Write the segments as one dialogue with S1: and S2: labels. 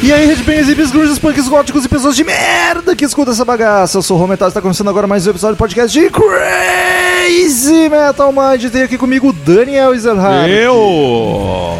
S1: E aí, headbangers, hippies, grunges, punks, góticos e pessoas de merda que escutam essa bagaça. Eu sou o Rometal e está começando agora mais um episódio do podcast de Crazy Metal Mind. Tem aqui comigo o Daniel Ezerhard.
S2: Eu!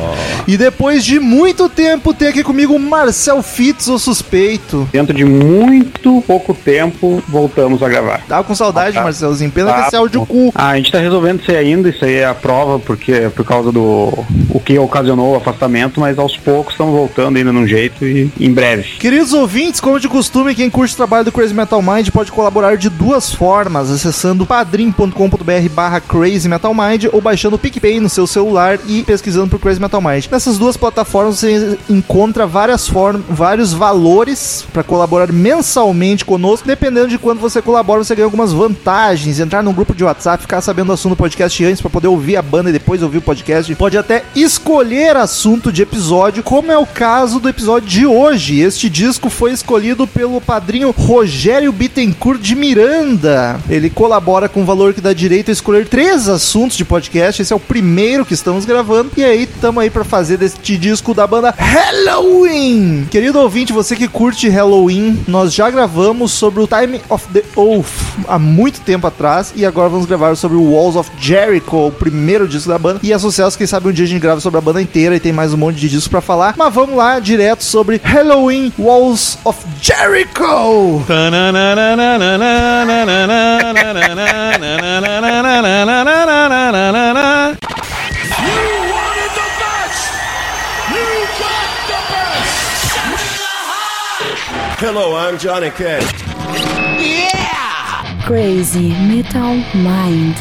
S1: E depois de muito tempo, tem aqui comigo o Marcel Fitz, o suspeito.
S3: Dentro de muito pouco tempo, voltamos a gravar.
S1: Tava com saudade,
S3: Ah, tá.
S1: Marcelzinho. Pena que
S3: Tá
S1: esse áudio cu.
S3: Ah, a gente tá resolvendo isso aí ainda, isso aí é a prova, porque por causa do o que ocasionou o afastamento, mas aos poucos estamos voltando ainda num jeito e em breve.
S1: Queridos ouvintes, como de costume, quem curte o trabalho do Crazy Metal Mind pode colaborar de duas formas, acessando padrim.com.br barra Crazy Metal Mind ou baixando o PicPay no seu celular e pesquisando por Crazy Metal Mind. Nessas duas plataformas você encontra várias formas, vários valores para colaborar mensalmente conosco. Dependendo de quando você colabora, você ganha algumas vantagens. Entrar num grupo de WhatsApp, ficar sabendo o assunto do podcast antes para poder ouvir a banda e depois ouvir o podcast. Pode até escolher assunto de episódio, como é o caso do episódio de hoje. Este disco foi escolhido pelo padrinho Rogério Bittencourt de Miranda. Ele colabora com o valor que dá direito a escolher três assuntos de podcast. Esse é o primeiro que estamos gravando. E aí, tamo aí para fazer deste disco da banda Halloween. Querido ouvinte, você que curte Halloween, nós já gravamos sobre o Time of the Oath há muito tempo atrás. E agora vamos gravar sobre o Walls of Jericho, o primeiro disco da banda. E é sucesso, quem sabe um dia a gente grava sobre a banda inteira e tem mais um monte de disco pra falar. Mas vamos lá direto sobre Halloween Walls of Jericho.
S4: Hello, I'm Johnny Cash.
S5: Crazy Metal Mind.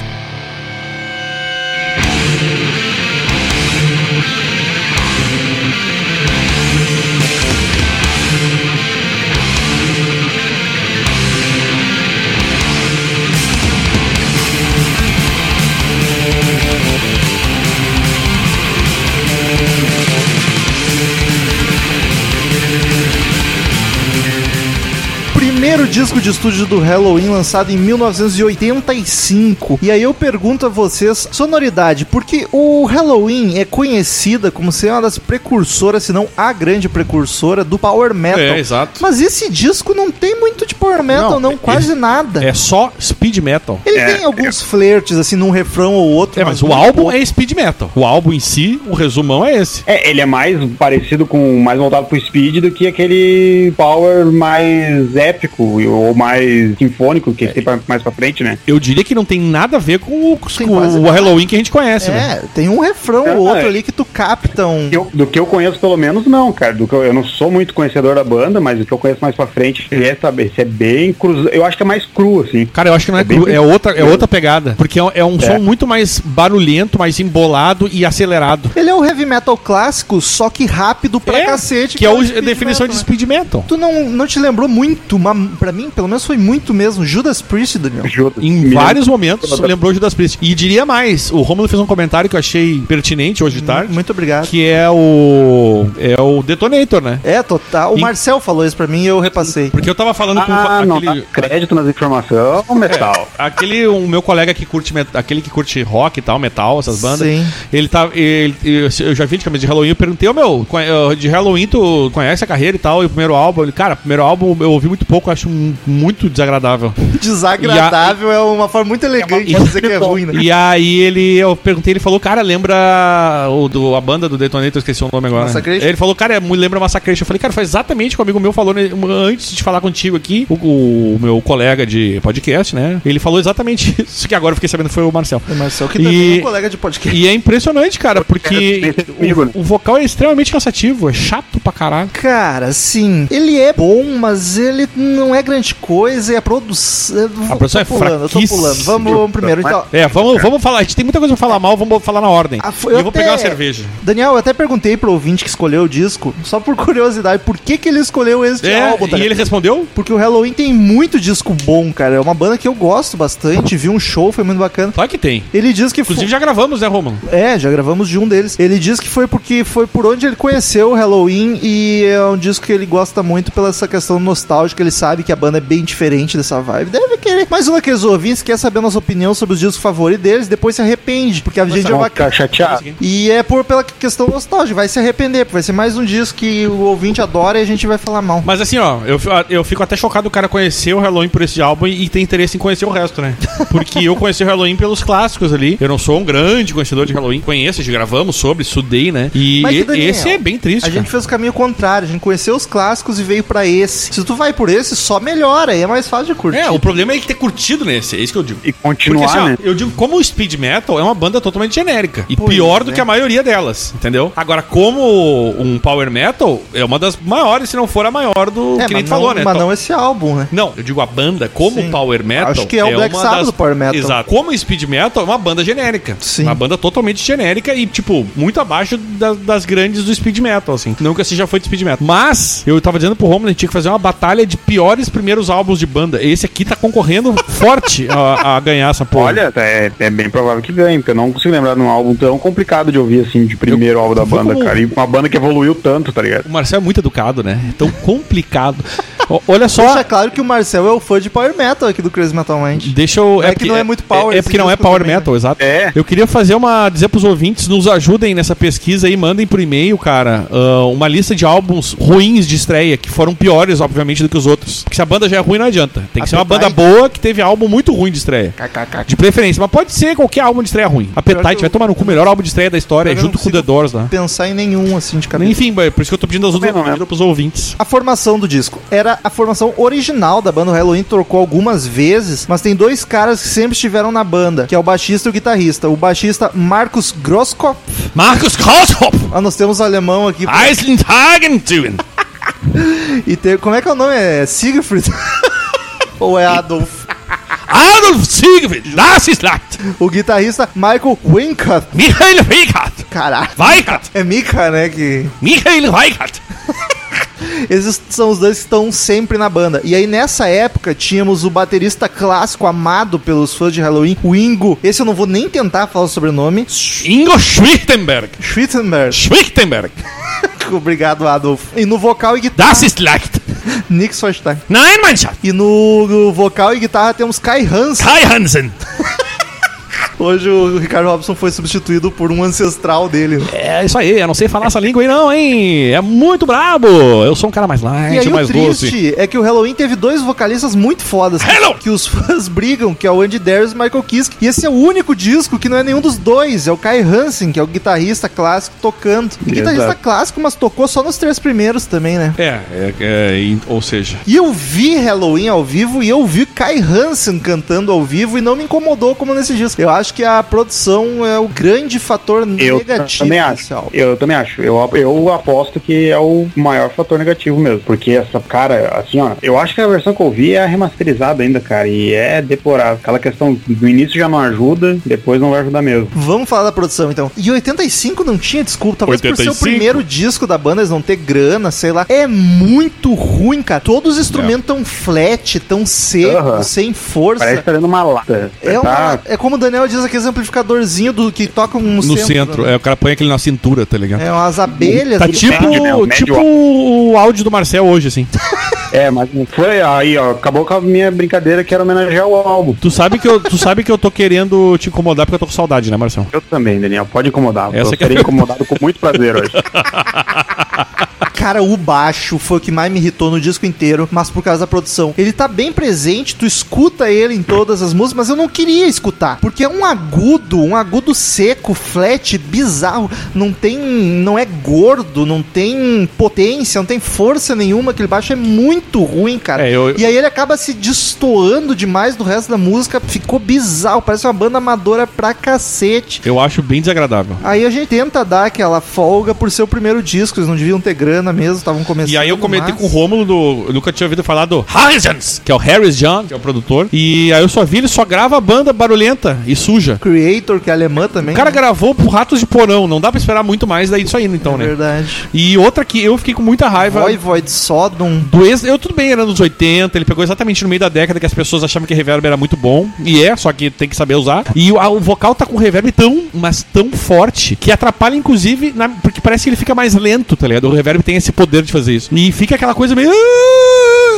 S1: Primeiro disco de estúdio do Halloween lançado em 1985. E aí eu pergunto a vocês, sonoridade, porque o Halloween é conhecida como sendo uma das precursoras, se não a grande precursora do power metal.
S2: É, exato.
S1: Mas esse disco não tem muito de power metal, não,
S2: Não, é-
S1: quase nada.
S2: É só speed metal.
S1: Ele
S3: É,
S1: tem alguns flertes, assim, num refrão ou outro.
S2: É, mas o
S1: muito
S2: álbum
S1: pouco.
S2: é speed metal. O álbum em si, o resumão é esse.
S3: É, ele é mais parecido com, mais voltado pro speed do que aquele power mais épico ou mais sinfônico que tem pra- mais pra frente, né?
S2: Eu diria que não tem nada a ver com o,
S1: Tem
S2: com
S1: quase
S2: o
S1: nada.
S2: Halloween que a gente conhece, né?
S1: É, tem um refrão
S3: É,
S1: ou outro
S3: é.
S1: ali que tu capta um...
S3: Eu- do que eu conheço, pelo menos, não, cara. Do que eu, eu não sou muito conhecedor da banda, mas o que eu conheço mais pra frente é saber se é bem cruz. Eu acho que é mais cru, assim.
S2: Cara, eu acho que não é,
S3: É bem
S2: cru, é,
S3: cru.
S2: outra, é outra pegada. Porque é um- é um
S3: É.
S2: som muito mais barulhento, mais embolado e acelerado.
S1: Ele é um heavy metal clássico, só que rápido pra
S2: É,
S1: cacete.
S2: Que é o-
S1: speed
S2: a definição
S1: metal,
S2: de
S1: né?
S2: speed metal.
S1: Tu não, não te lembrou muito, mas pra mim, pelo menos foi muito mesmo, Judas Priest, Daniel.
S3: Judas,
S2: Em
S3: me
S2: vários momentos,
S3: Toda-
S2: lembrou Judas Priest. E diria mais, o Romulo fez um comentário que eu achei pertinente
S1: Hum.
S2: hoje de tarde,
S1: Muito obrigado.
S2: que é o é o Detonator, né?
S1: É, total. O
S2: E-
S1: Marcel falou isso pra mim e eu repassei.
S2: Porque eu tava falando com
S3: Ah, não,
S2: aquele,
S3: tá. crédito nas informações, metal.
S2: aquele o meu colega que curte met- aquele que curte rock e tal, metal, essas bandas.
S1: Sim.
S2: Ele tá ele- eu eu já vi de camisa de Halloween, eu perguntei, ô meu, conhe- eh, de Halloween tu conhece a carreira e tal, e o primeiro álbum, ele, cara, primeiro álbum eu ouvi muito pouco, eu acho um- muito desagradável.
S1: Desagradável é uma forma muito elegante de dizer que é ruim, né?
S2: E aí ele, eu perguntei, ele falou, cara, lembra o do, a banda do Detonator, eu esqueci o nome agora.
S1: Massacration?
S2: Ele falou, cara, é, mu- lembra Massacration. Eu falei, cara, foi exatamente o que um amigo meu falou né, antes de falar contigo aqui, o, o meu colega de podcast, né? Ele falou exatamente isso, que agora eu fiquei sabendo que foi o Marcel.
S1: O Marcel, que também
S2: E-
S1: é um colega de podcast.
S2: E é impressionante, cara, porque
S3: Esse comigo, né?
S2: o vocal é extremamente cansativo, é chato pra caralho.
S1: Cara, sim, ele é bom, mas ele não é grande coisa e a produção.
S2: A produção é
S1: pulando, eu tô
S2: fraquíssima.
S1: pulando. Vamos, vamos primeiro. Então,
S2: É, vamos, vamos falar, a gente tem muita coisa pra falar mal, vamos falar na ordem.
S1: Ah, foi-
S2: eu
S1: eu
S2: vou
S1: até-
S2: pegar uma cerveja.
S1: Daniel, eu até perguntei pro ouvinte que escolheu o disco, só por curiosidade, por que, que ele escolheu este
S2: É,
S1: álbum, tá
S2: e
S1: ligado?
S2: ele respondeu?
S1: Porque o Halloween tem muito disco bom, cara. É uma banda que eu gosto bastante, vi um show, foi muito bacana.
S2: Claro que tem.
S1: Ele diz que
S2: Inclusive já gravamos, né, Romulo?
S1: É, já gravamos de um deles. Ele diz que foi porque foi por onde ele conheceu o Halloween e é um disco que ele gosta muito pela essa questão nostálgica. Ele sabe que a banda é bem diferente dessa vibe, deve querer mais um daqueles ouvintes que quer saber a nossa opinião sobre os discos favoritos deles, depois se arrepende, porque a gente já
S3: Vão
S1: vai...
S3: ficar chateado.
S1: E é por pela questão nostálgica, vai se arrepender, porque vai ser mais um disco que o ouvinte adora e a gente vai falar mal.
S2: Mas assim, ó, eu, fi- eu fico até chocado o cara conhecer o Halloween por esse álbum e ter interesse em conhecer o resto, né? Porque eu conheci o Halloween pelos clássicos ali. Eu não sou um grande conhecedor de Halloween. Conheço, já gravamos sobre, estudei, né? E
S1: Mas,
S2: e-
S1: Daniel,
S2: esse é bem triste,
S1: A
S2: cara.
S1: gente fez o caminho contrário, a gente conheceu os clássicos e veio pra esse. Se tu vai por esse, só melhora, aí é mais fácil de curtir.
S2: É, o problema é ele ter curtido nesse, é isso que eu digo.
S3: E
S2: Porque
S3: continuar,
S2: assim, ó,
S3: né?
S2: eu digo, como o speed metal é uma banda totalmente genérica. E
S1: Pois
S2: pior do
S1: é.
S2: que a maioria delas, entendeu? Agora, como um power metal, é uma das maiores, se não for a maior do que nem tu
S1: É, mas,
S2: falou,
S1: não,
S2: né?
S1: mas
S2: Então-
S1: não esse álbum, né?
S2: Não, eu digo a banda como
S1: Sim.
S2: Power Metal.
S1: Acho que é o Black
S2: uma
S1: Sabbath do Power Metal.
S2: Exato. Como Speed Metal é uma banda genérica.
S1: Sim.
S2: Uma banda totalmente genérica e, tipo, muito abaixo da- das grandes do Speed Metal, assim. Não que assim já foi de Speed Metal. Mas, eu tava dizendo pro Romulo, a gente tinha que fazer uma batalha de piores primeiros álbuns de banda. Esse aqui tá concorrendo forte a, a ganhar essa porra.
S3: Olha, é, é bem provável que ganhe, porque eu não consigo lembrar de um álbum tão complicado de ouvir, assim, de primeiro álbum da
S2: vou
S3: banda,
S2: como-
S3: cara. E uma banda que evoluiu tanto, tá ligado?
S2: O Marcel é muito educado, né? É tão complicado. O- olha só.
S1: Deixa claro que o Marcel é o fã de Power Metal aqui do Crazy Metal Mind.
S2: Deixa eu.
S1: É que não é muito power
S2: É,
S1: esse
S2: porque não é
S1: disco
S2: power
S1: também, né?
S2: metal, exato.
S3: É.
S2: Eu queria fazer uma. dizer pros ouvintes, nos ajudem nessa pesquisa aí, mandem por e-mail, cara, ah, uma lista de álbuns ruins de estreia, que foram piores, obviamente, do que os outros. Porque se a banda já é ruim, não adianta. Tem que ser uma banda
S1: Appetite.
S2: boa que teve álbum muito ruim de estreia. De preferência, mas pode ser qualquer álbum de estreia ruim.
S1: Pior que
S2: Appetite
S1: eu-
S2: vai tomar no cu, melhor álbum de estreia da história,
S1: Pior que eu
S2: junto
S1: não
S2: com o The
S1: consigo-
S2: Doors lá.
S1: Pensar em nenhum, assim, de cabeça.
S2: Enfim, boy, por isso que eu tô pedindo as
S3: Também não
S2: outras
S3: lembro.
S2: pros ouvintes.
S1: A formação do disco era a formação original da banda. O Halloween trocou algumas vezes, mas tem dois caras que sempre estiveram na banda, que é o baixista e o guitarrista. O baixista Markus Grosskopf.
S2: Marcus Krauskopf!
S1: Ah, nós temos alemão
S2: Ah,
S1: aqui.
S2: Iceland Hagen Tune!
S1: E tem, como é que é o nome? É Siegfried? Ou é Adolf?
S2: Adolf Siegfried! Das ist Lacht!
S1: O guitarrista Michael Winkert.
S2: Michael Wickert!
S1: Caralho.
S2: Weigert!
S1: É Mika, né? Que...
S2: Michael Weigert!
S1: Esses são os dois que estão sempre na banda. E aí, nessa época, tínhamos o baterista clássico, amado pelos fãs de Halloween, o Ingo. Esse eu não vou nem tentar falar o sobrenome.
S2: Ingo Schwichtenberg!
S1: Schwittenberg.
S2: Schwichtenberg!
S1: Obrigado, Adolf. E no vocal e guitarra,
S2: Das ist Lacht!
S1: Nick Sostak.
S2: Nein, mein Schatz!
S1: E no, no vocal e guitarra temos Kai Hans.
S2: Kai Hansen!
S1: Hoje o Ricardo Robson foi substituído por um ancestral dele.
S2: É isso aí, eu não sei falar essa língua aí não, hein? É muito brabo! Eu sou um cara mais
S1: E aí
S2: light,
S1: o
S2: mais
S1: triste
S2: doce.
S1: é que o Halloween teve dois vocalistas muito fodas
S2: Hello!
S1: que os fãs brigam, que é o Andy Darius e o Michael Kiske. E esse é o único disco que não é nenhum dos dois, é o Kai Hansen, que é o guitarrista clássico tocando. Guitarrista
S3: Exato.
S1: clássico, mas tocou só nos três primeiros também, né?
S2: É, é, é, e- ou seja...
S1: E eu vi Halloween ao vivo e eu vi Kai Hansen cantando ao vivo e não me incomodou como nesse disco. Eu acho que a produção é o grande fator
S3: Eu
S1: negativo
S3: também
S1: desse
S3: acho.
S1: álbum.
S3: Eu também acho. Eu, eu aposto que é o maior fator negativo mesmo. Porque essa, cara, assim, ó, eu acho que a versão que eu vi é a remasterizada ainda, cara. E é deplorável. Aquela questão do início já não ajuda, depois não vai ajudar mesmo.
S1: Vamos falar da produção então. E 85 não tinha desculpa, talvez por ser
S2: 85?
S1: o primeiro disco da banda, eles não ter grana, sei lá. É muito ruim, cara. Todos os instrumentos tão flat, tão seco,
S3: Aham.
S1: sem força.
S3: Parece que tá dando uma lata.
S1: É,
S3: tá,
S1: uma- é como o Daniel diz, aquele amplificadorzinho do que toca no,
S2: No centro,
S1: né?
S2: é, o cara põe aquele na cintura, tá ligado?
S1: é. umas abelhas.
S2: Tá
S1: né?
S2: tipo,
S3: médio, né? O médio
S2: tipo
S3: alto.
S2: o áudio do Marcel hoje, assim.
S3: É, mas não foi aí, ó. Acabou com a minha brincadeira que era homenagear o álbum.
S2: Tu sabe, que eu, tu sabe que eu tô querendo te incomodar porque eu tô com saudade, né, Marcel?
S3: Eu também, Daniel. Pode incomodar.
S2: Essa
S3: eu
S2: que é a
S3: serei incomodado com muito prazer hoje.
S1: Cara, o baixo foi o que mais me irritou no disco inteiro, mas por causa da produção. Ele tá bem presente, tu escuta ele em todas as músicas, mas eu não queria escutar. Porque é um agudo, um agudo seco, flat, bizarro. Não tem. Não é gordo, não tem potência, não tem força nenhuma. Aquele baixo é muito ruim, cara.
S2: É, eu-
S1: E aí ele acaba se destoando demais do resto da música. Ficou bizarro, parece uma banda amadora pra cacete.
S2: Eu acho bem desagradável.
S1: Aí a gente tenta dar aquela folga por ser o primeiro disco, eles não deviam ter grana mesmo, estavam começando.
S2: E aí eu comentei
S1: mas-
S2: com o Rômulo do. Eu nunca tinha ouvido falar do Harrisons, que é o Harris John, que é o produtor. E aí eu só vi, ele só grava banda barulhenta e suja.
S1: Creator, que é alemã também.
S2: O cara
S1: né?
S2: gravou pro Ratos de Porão, não dá pra esperar muito mais daí disso ainda, então,
S1: É
S2: né?
S1: verdade.
S2: E outra que eu fiquei com muita raiva.
S1: Void, Void Sodom.
S2: Do ex, eu tudo bem, era nos 80, ele pegou exatamente no meio da década que as pessoas achavam que reverb era muito bom, e é, só que tem que saber usar. E o, a- o vocal tá com reverb tão, mas tão forte, que atrapalha inclusive, na- porque parece que ele fica mais lento, tá ligado? O reverb tem esse poder de fazer isso. E fica aquela coisa meio.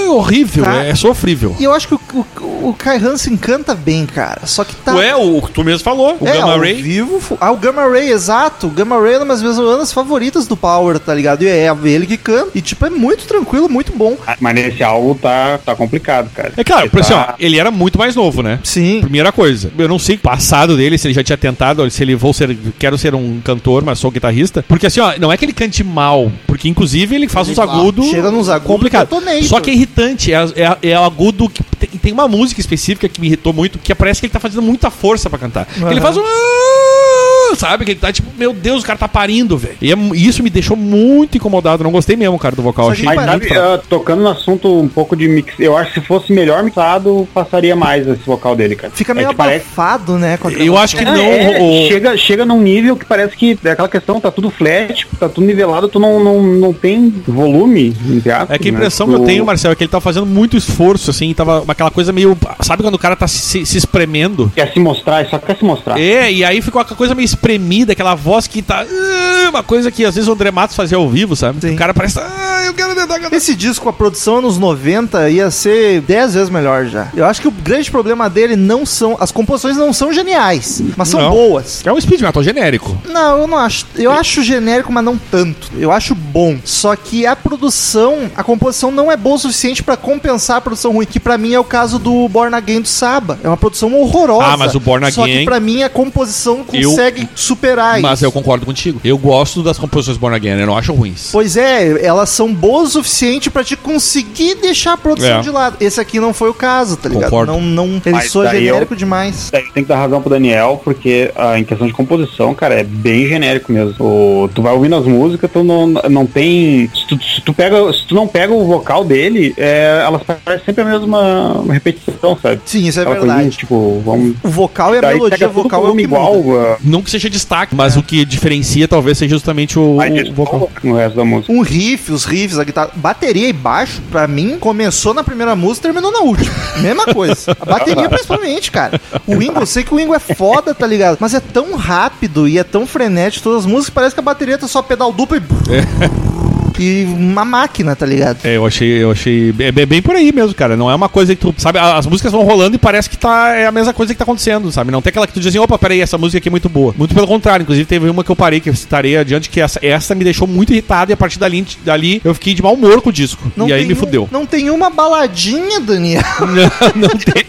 S2: horrível,
S1: Tá.
S2: é, é sofrível.
S1: E eu acho que o, o, o Kai Hansen canta bem, cara. Só que tá.
S2: Ué, o, tu mesmo falou, o
S1: é,
S2: Gamma
S1: ao
S2: Ray.
S1: Vivo, fu- ah, o Gamma Ray, exato. O Gamma Ray é uma das minhas bandas favoritas do Power, tá ligado? E é ele que canta. E, tipo, é muito tranquilo, muito bom.
S3: Ah, Mas nesse álbum tá, tá complicado, cara.
S2: É claro,
S3: Ele
S2: por assim, ó,
S3: tá-
S2: ele era muito mais novo, né?
S1: Sim.
S2: Primeira coisa, eu não sei o passado dele, se ele já tinha tentado, se ele vou ser, quero ser um cantor, mas sou guitarrista. Porque assim, ó, não é que ele cante mal, porque inclusive ele faz
S1: Ele
S2: uns agudos.
S1: chega nos agudos
S2: complicado.
S1: que eu tô nem,
S2: Só
S1: pô.
S2: que é irritante, é, é, é o agudo que tem, tem uma música específica que me irritou muito, que parece que ele tá fazendo muita força pra cantar. Que Ele
S1: Aham.
S2: faz um sabe que ele tá tipo, meu Deus, o cara tá parindo, velho. E é mu- isso me deixou muito incomodado, não gostei mesmo, cara, do vocal.
S1: Só que
S2: Achei
S3: Mas
S1: Parece
S3: sabe,
S1: que
S3: ah, tocando no assunto um pouco de mix, eu acho que se fosse melhor mixado, passaria mais esse vocal dele, cara.
S1: Fica meio
S3: é que parece...
S1: abafado, né? com a
S2: Eu acho que
S1: gravação.
S2: não,
S3: é,
S2: o-
S3: chega, chega num nível que parece que é aquela questão, tá tudo flat, tá tudo nivelado, tu não, não, não tem volume, entre aspas,
S2: É que a
S3: né?
S2: impressão
S3: Tu-
S2: que eu tenho, Marcel, é que ele tá fazendo muito esforço, assim, tava aquela coisa meio. Sabe quando o cara tá se, se espremendo?
S3: Quer se mostrar, ele só quer se mostrar.
S2: É, e aí ficou aquela coisa meio espremida, aquela voz que tá. "Ah", Uma coisa que às vezes o André Matos fazia ao vivo, sabe?
S1: Sim.
S2: O cara parece. Ah, eu quero tentar cantar.
S1: Esse disco, a produção anos 90, ia ser 10 vezes melhor já. Eu acho que o grande problema dele não são. As composições não são geniais, mas são
S2: Não.
S1: boas.
S2: É um speed metal genérico.
S1: Não, eu não acho. Eu acho genérico, mas não tanto. Eu acho bom. Só que a produção, a composição não é boa o suficiente pra compensar a produção ruim, que pra mim é o caso do Born Again do Saba. É uma produção horrorosa.
S2: Ah, mas o Born
S1: Só que
S2: Again-
S1: pra mim a composição
S2: Eu-
S1: consegue superar
S2: Mas
S1: É
S2: é
S1: isso.
S2: eu concordo contigo. Eu gosto das composições Born Again, eu não acho ruins.
S1: Pois é, elas são boas o suficiente pra te conseguir deixar a produção
S2: É.
S1: de lado. Esse aqui não foi o caso, tá ligado?
S2: Concordo.
S1: Não, não, ele
S3: Mas
S1: soa
S3: daí é eu-
S1: genérico demais.
S3: Daí Tem que dar razão pro Daniel, porque ah, em questão de composição, cara, é bem genérico mesmo. O- tu vai ouvindo as músicas, tu não, não tem. Se tu, se tu pega, se tu não pega o vocal dele, é, elas parecem sempre a mesma repetição, sabe?
S1: Sim, isso é
S3: Aquela coisinha,
S1: verdade.
S3: tipo, vamos.
S1: O vocal e a
S3: daí
S1: melodia
S3: pega tudo
S1: vocal
S3: com
S1: é o que
S3: volume igual
S1: muda.
S3: ah,
S2: Não que seja destaque, mas o que diferencia talvez seja justamente o,
S3: a
S2: o
S3: edição
S2: vocal.
S3: no resto da música.
S1: Um riff, os riffs, a guitarra. Bateria e baixo, pra mim, começou na primeira música terminou na última. Mesma coisa. A bateria, principalmente, cara. O Wingo, eu sei que o Wingo é foda, tá ligado? Mas é tão rápido e é tão frenético todas as músicas, parece que a bateria tá só pedal duplo e. E uma máquina, tá ligado?
S2: É, eu achei, eu achei. É bem, bem por aí mesmo, cara. Não é uma coisa que tu. Sabe, a- as músicas vão rolando e parece que tá. É a mesma coisa que tá acontecendo, sabe? Não tem aquela que tu diz assim, opa, peraí, essa música aqui é muito boa. Muito pelo contrário, inclusive teve uma que eu parei, que eu citarei adiante, que essa, essa me deixou muito irritado e a partir dali, dali eu fiquei de mau humor com o disco. e aí
S1: tem
S2: me
S1: um-
S2: fudeu.
S1: não tem uma baladinha, Daniel.
S2: Não, não tem.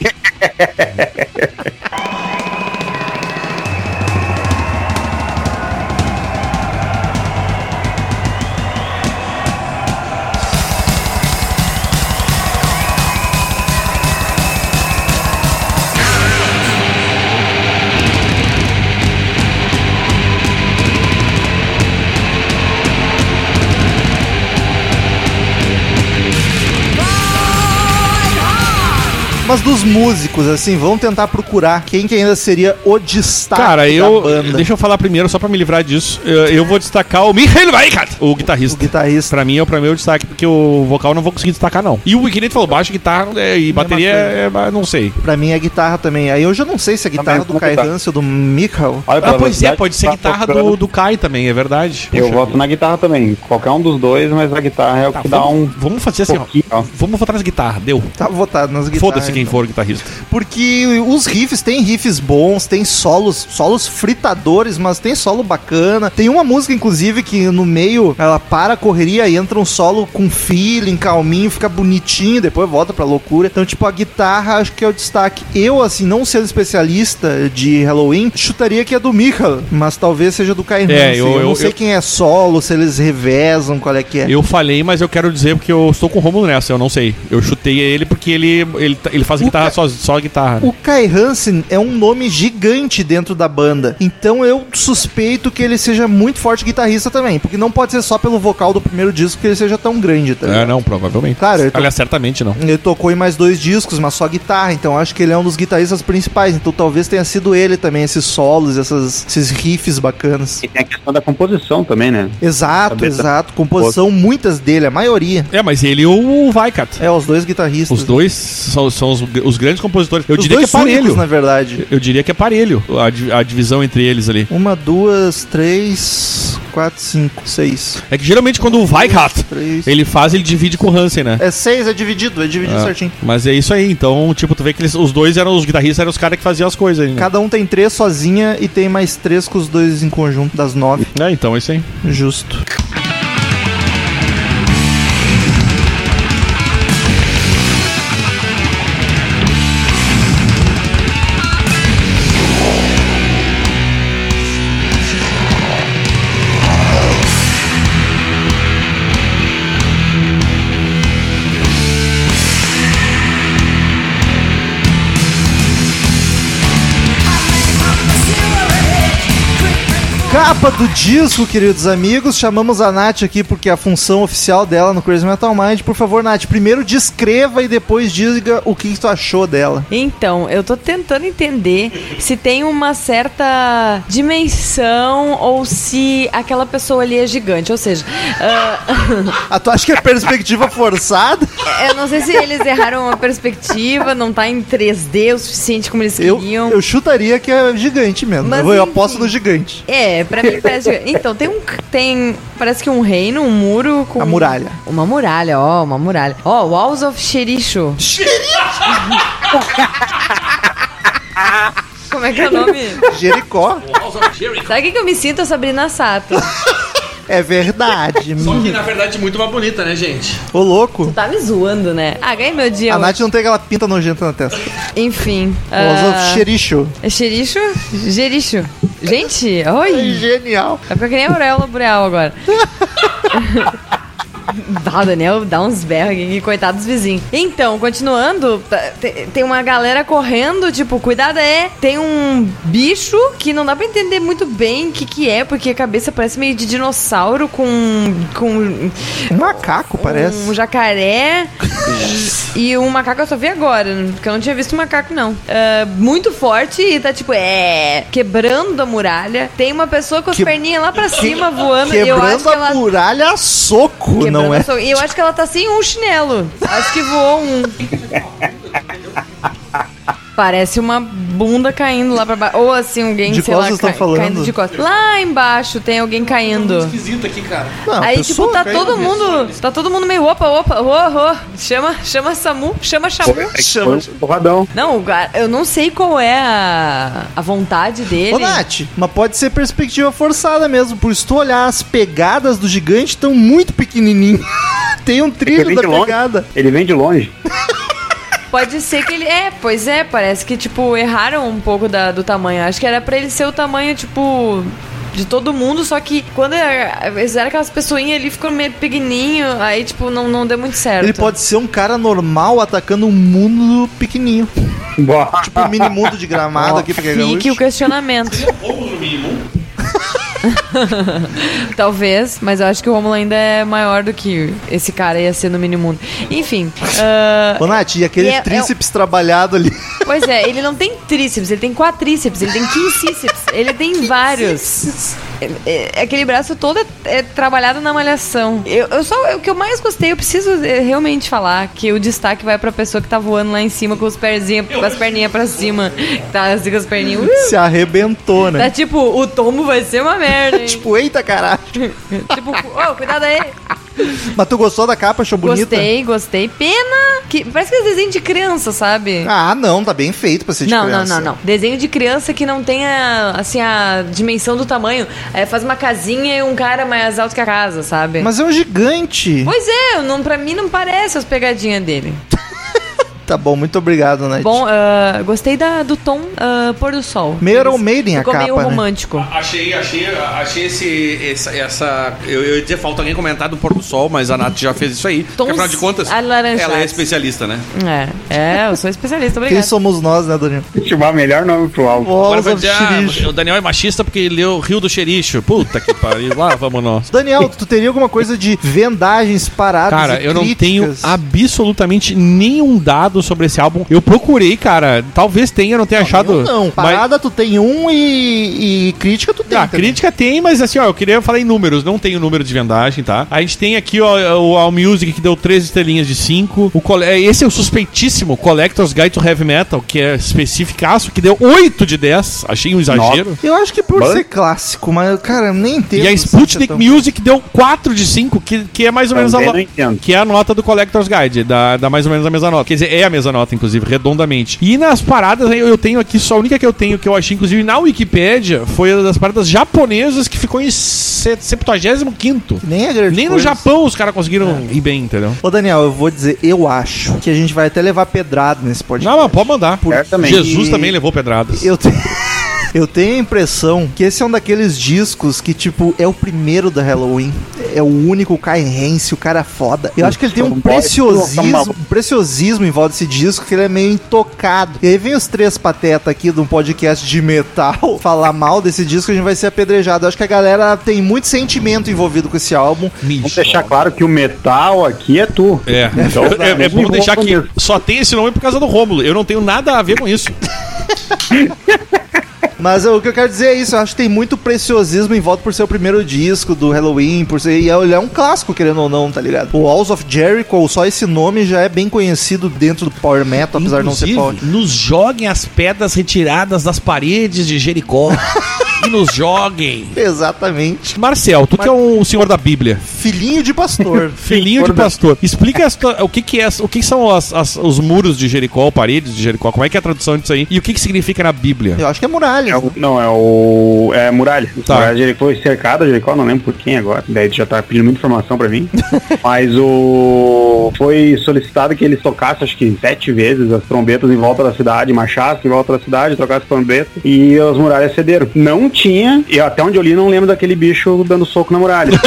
S1: Mas dos músicos, assim, vamos tentar procurar quem que ainda seria o destaque
S2: Cara,
S1: da
S2: eu.
S1: banda.
S2: Deixa eu falar primeiro, só pra me livrar disso. Eu, eu vou destacar o Michael Weikart, o
S1: O
S2: guitarrista.
S1: guitarrista.
S2: Pra mim é o pra mim é o destaque, porque o vocal eu não vou conseguir destacar, não. E o que nem tu falou, baixo, guitarra é, e bateria é, é- não sei.
S1: Pra mim é a guitarra também. Aí eu já não sei se é a guitarra
S3: Também,
S1: do
S3: como
S1: Kai
S3: tá?
S1: Hansen ou do Michael.
S3: Olha
S2: Ah,
S3: pela
S2: pois é,
S3: velocidade
S2: pode
S3: que
S2: ser
S3: tá
S2: guitarra
S3: tocando.
S2: do, do Kai também, é verdade.
S3: Eu
S2: Puxa.
S3: voto na guitarra também. Qualquer um dos dois, mas a guitarra é o
S2: Tá,
S3: que dá um
S2: vamos, vamos fazer assim, ó.
S3: pouquinho. ó.
S2: Vamos votar nas guitarras, deu.
S1: Tá votado nas guitarras.
S2: Foda-se quem for guitarrista.
S1: Porque os riffs, tem riffs bons, tem solos, solos fritadores, mas tem solo bacana. Tem uma música, inclusive, que no meio ela para a correria e entra um solo com feeling, calminho, fica bonitinho, depois volta pra loucura. Então, tipo, a guitarra acho que é o destaque. Eu, assim, não sendo especialista de Halloween, chutaria que é do Michael, mas talvez seja do Kai
S2: É,
S1: Hansen.
S2: eu-
S1: eu, não
S2: eu-
S1: sei
S2: eu-
S1: quem é solo, se eles revezam, qual é que é.
S2: Eu falei, mas eu quero dizer porque eu estou com o Romulo nessa, eu não sei. Eu chutei ele porque ele, ele, tá- ele faz
S1: O
S2: guitarra
S1: Ca-
S2: só, só a guitarra. né?
S1: O Kai Hansen é um nome gigante dentro da banda, então eu suspeito que ele seja muito forte guitarrista também, porque não pode ser só pelo vocal do primeiro disco que ele seja tão grande, tá
S2: É,
S1: ligado?
S2: não, provavelmente.
S1: Claro, eu tô-
S2: Aliás, certamente não.
S1: Ele tocou em mais dois discos, mas só guitarra, então acho que ele é um dos guitarristas principais, então talvez tenha sido ele também, esses solos, essas- esses riffs bacanas.
S3: E tem a questão da composição também, né?
S1: Exato,
S3: Cabeça.
S1: exato. Composição, muitas dele, a maioria.
S2: É, mas ele e o Weikart.
S1: É, os dois guitarristas.
S2: Os dois são, são os, os grandes compositores. Eu
S1: Os
S2: diria que é
S1: dois únicos,
S2: parelho.
S1: na verdade.
S2: Eu diria que é parelho a, di- a divisão entre eles ali.
S1: Uma, duas, três, 4, 5, 6.
S2: É que geralmente quando o Weichart
S1: 3.
S2: ele faz, ele divide com o Hansen, né?
S1: É 6, é dividido, é dividido
S2: É.
S1: certinho.
S2: Mas é isso aí, então, tipo, tu vê que eles, os dois eram os guitarristas, eram os caras que faziam as coisas aí, né?
S1: Cada um tem 3 sozinha e tem mais 3 com os dois em conjunto, das 9.
S2: É, então é isso aí.
S1: Justo. Capa do disco, queridos amigos. Chamamos a Nath aqui porque é a função oficial dela no Crazy Metal Mind. Por favor, Nath, primeiro descreva e depois diga o que, que tu achou dela.
S4: Então, eu tô tentando entender se tem uma certa dimensão ou se aquela pessoa ali é gigante. Ou seja, ah,
S1: Ah, tu acha que é perspectiva forçada?
S4: eu não sei se eles erraram a perspectiva, não tá em 3D o suficiente como eles
S1: Eu,
S4: queriam.
S1: eu chutaria que é gigante mesmo.
S4: Mas
S1: eu, vou- eu
S4: enfim.
S1: aposto no gigante.
S4: É, pra mim parece. que- Então, tem um. Tem. Parece que um reino, um muro com.
S1: A muralha.
S4: Uma muralha, ó, uma muralha. Ó, Walls of Xericho. Como é que é o nome?
S1: Jericó.
S4: Sabe o que, que eu me sinto, Sabrina Sato?
S1: É verdade.
S6: Só que na verdade muito mais bonita, né, gente?
S1: Ô, louco.
S4: Tá me zoando, né? Ah, ganhei meu dia.
S1: A
S4: hoje.
S1: Nath não tem aquela pinta nojenta na testa.
S4: Enfim.
S1: Os
S4: ah,
S1: xericho.
S4: é Xericho? Xericho. Gente, oi.
S1: Genial.
S4: Vai ficar que nem a Auréola Boreal agora. Ah, o Daniel dá uns berros aqui, coitado dos vizinhos. Então, continuando, tá- te- tem uma galera correndo, tipo, cuidado é. Tem um bicho que não dá pra entender muito bem o que que é, porque a cabeça parece meio de dinossauro com. com
S1: Um macaco, parece.
S4: um jacaré e um macaco eu só vi agora, né? porque eu não tinha visto macaco, não. Ah, muito forte e tá tipo, é. Quebrando a muralha. Tem uma pessoa com as
S1: Que-
S4: perninhas lá pra cima voando e Um eu acho
S1: Quebrando
S4: que ela.
S1: a muralha a soco,
S4: quebrando
S1: não
S4: a
S1: é?
S4: sua- E eu acho que ela tá sem um chinelo. Acho que voou um. Parece uma bunda caindo lá pra baixo. Ou assim, alguém,
S1: De
S4: sei
S1: qual
S4: lá,
S1: vocês estão
S4: ca-
S1: falando?
S4: caindo de costas. Lá embaixo tem alguém caindo.
S6: Esquisito aqui, cara.
S1: Não, a
S4: Aí, tipo,
S1: Ah, pessoa
S4: tá
S1: caiu.
S4: todo mundo. Tá todo mundo meio, opa, opa, ô, ô, chama, chama Samu, chama Chamu.
S3: Foi, é que
S1: Chama-
S3: foi um porradão.
S4: Não, o cara- eu não sei qual é a, a vontade dele.
S1: Ô, Nath, mas pode ser perspectiva forçada mesmo, por se tu olhar as pegadas do gigante estão muito pequenininhas. Tem um
S3: Ele
S1: trilho
S3: vem
S1: da
S3: de longe.
S1: pegada.
S3: Ele vem de longe.
S4: Pode ser que ele. É, pois é, parece que, tipo, erraram um pouco da- do tamanho. Acho que era pra ele ser o tamanho, tipo. De todo mundo, só que quando é- fizeram aquelas pessoinhas ali, ficou meio pequenininho, aí, tipo, não, não deu muito certo.
S1: Ele pode ser um cara normal atacando um mundo pequenininho.
S3: Boa.
S1: Tipo um mini mundo de gramado
S4: Ó,
S1: aqui pra quem é
S4: Fique o
S1: gaúcho.
S4: questionamento. Talvez, mas eu acho que o Romulo ainda é maior do que esse cara ia ser no minimundo. Enfim, ah,
S1: Ô, Nath, e aquele
S4: E é- é um-
S1: tríceps trabalhado ali?
S4: pois é, ele não tem tríceps, ele tem quadríceps, ele tem quincíceps, ele tem vários. É- é- Aquele braço todo é, é trabalhado na malhação. Eu, eu só, o que eu mais gostei, eu preciso é, realmente falar que o destaque vai pra pessoa que tá voando lá em cima com os pezinhos, com as perninhas pra cima. Tá assim com as perninhas. uh,
S1: Se arrebentou,
S4: Tá
S1: né?
S4: tipo, o tombo vai ser uma merda, hein? tipo,
S1: Tipo, eita caralho.
S4: ô, cuidado aí.
S1: Mas tu gostou da capa? Achou bonita?
S4: Gostei, gostei. Pena que parece que é desenho de criança, sabe?
S1: Ah, não, tá bem feito pra ser de
S4: não,
S1: criança.
S4: não, não, não. Desenho de criança que não tenha, assim, a dimensão do tamanho. É, faz uma casinha e um cara mais alto que a casa, sabe?
S1: Mas é um gigante.
S4: Pois é, não, pra mim não parece as pegadinhas dele.
S1: Tá bom, muito obrigado, Nath.
S4: Bom, ah, gostei da, do tom ah, pôr do sol.
S1: Meryl
S4: Eles-
S1: Maiden a
S4: Ficou meio
S1: capa, né?
S4: romântico.
S6: Achei, achei, achei esse, essa, essa- eu, eu ia dizer, falta alguém comentar do pôr do sol, mas a Nath já fez isso aí. Porque, afinal de contas,
S4: alaranjados.
S6: ela é especialista, né?
S4: É, é, eu sou especialista,
S1: Quem
S4: obrigada.
S1: somos nós, né, Danilo?
S3: Chamar melhor nome pro álbum.
S1: Walls
S6: vai
S1: of
S6: dizer, ah,
S1: Shirijo.
S6: o Daniel é machista porque ele leu Rio do Xericho. Puta que pariu, lá vamos nós.
S1: Daniel, tu teria alguma coisa de vendagens paradas
S2: Cara,
S1: e
S2: eu não tenho
S1: críticas?
S2: absolutamente nenhum dado informado sobre esse álbum. Eu procurei, cara. Talvez tenha, não tenha achado.
S1: Eu não,
S2: mas-
S1: parada tu tem um e, e crítica tu tem.
S2: Tá,
S1: também.
S2: crítica tem, mas assim, ó, eu queria falar em números. Não tem o número de vendagem, tá? A gente tem aqui, ó, o AllMusic que deu 3 estrelinhas de 5. O cole- Esse é o suspeitíssimo Collector's Guide to Heavy Metal, que é especificaço, que deu 8 de 10. Achei um exagero.
S1: Eu acho que por
S3: Bom.
S1: ser clássico, mas, cara, eu nem entendo.
S2: E a
S1: essa
S2: Sputnik
S1: questão.
S2: Music deu 4 de 5, que, que é
S1: Tá
S2: mais ou menos a
S3: Também
S2: lo-
S3: não entendo.
S2: que é a nota do Collector's Guide, dá, dá mais ou menos a mesma nota. Quer dizer, é a mesma nota, inclusive, redondamente. E nas paradas, eu, eu tenho aqui, só a única que eu tenho, que eu achei, inclusive, na Wikipédia, foi a das paradas japonesas, que ficou em se- 75º.
S1: Nem é grande
S2: Nem no
S1: coisa.
S2: Japão os caras conseguiram ir bem, entendeu?
S1: Ô, Daniel, eu vou dizer, eu acho que a gente vai até levar pedrado nesse podcast.
S2: Não, mas pode mandar.
S1: Porque
S3: Certamente.
S2: Jesus também levou pedradas.
S1: Eu tenho... Eu tenho a impressão que esse é um daqueles discos que, tipo, é o primeiro da Halloween. É o único cairrense, o cara é foda. Eu acho que ele tem um
S3: Então, bora.
S1: preciosismo, um preciosismo em volta desse disco que ele é meio intocado. E aí vem os três patetas aqui de um podcast de metal falar mal desse disco, a gente vai ser apedrejado. Eu acho que a galera tem muito sentimento envolvido com esse álbum.
S3: Vamos deixar claro que o metal aqui é tu.
S2: É,
S3: Então,
S2: é, é bom
S3: vamos
S2: deixar que
S3: mesmo.
S2: só tem esse nome por causa do Rômulo. Eu não tenho nada a ver com isso.
S1: Mas eu- o que eu quero dizer é isso, eu acho que tem muito preciosismo em volta por ser o primeiro disco do Halloween, por ser. E é- ele é um clássico, querendo ou não, tá ligado? O Walls of Jericho, só esse nome já é bem conhecido dentro do Power Metal, apesar de não ser Power.
S2: Inclusive, nos joguem as pedras retiradas das paredes de Jericó. e nos joguem.
S1: Exatamente.
S2: Marcel, tu que é um senhor da Bíblia,
S1: Filhinho de pastor.
S2: filhinho de pastor, explica as tu- o que, que é, o que são as- as- os muros de Jericó, paredes de Jericó, como é que é a tradução disso aí e o que, que significa na Bíblia.
S1: eu acho que é muralha.
S3: É o- não, é o. É a muralha.
S2: Tá.
S3: A muralha de Jericó foi cercada, Jericó, não lembro por quem agora. Daí tu já tá pedindo muita informação pra mim. Mas o. Foi solicitado que eles tocassem, acho que sete vezes, as trombetas em volta da cidade, marchassem em volta da cidade, trocassem trombeta. E as muralhas cederam. Não tinha, e até onde eu li, não lembro daquele bicho dando soco na muralha.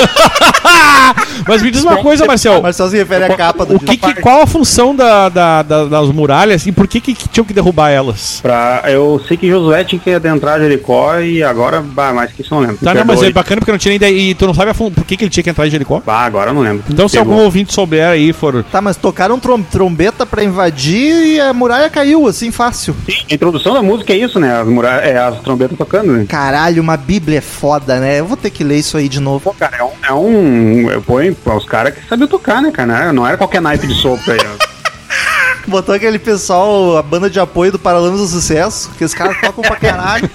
S2: Mas me diz uma coisa, Marcel.
S1: Mas só se refere à capa do
S2: O que
S1: disco.
S2: que- qual a função da- da- da- das muralhas e por que, que tinham que derrubar elas?
S3: pra, eu sei que Josué tinha que adentrar Jericó e agora. Bah, mas que isso eu não lembro.
S2: Tá, não,
S3: Perdoe.
S2: mas é bacana porque eu não tinha nem ideia. E tu não sabe a fun- por que, que ele tinha que entrar em Jericó?
S3: Bah, agora eu não lembro.
S2: Então, se
S3: Pegou.
S2: algum ouvinte souber aí, for.
S1: Tá, mas tocaram trom- trombeta pra invadir e a muralha caiu, assim, fácil.
S3: A introdução da música é isso, né? As, mura... é, as trombetas tocando, né?
S1: Caralho, uma bíblia é foda, né? Eu vou ter que ler isso aí de novo.
S3: Pô, cara, é um. É um eu ponho os caras que sabiam tocar, né, cara? Não era- Não era qualquer naipe de sopro aí. ó.
S1: Botou aquele pessoal, a banda de apoio do Paralamas do Sucesso, que os caras tocam pra caralho.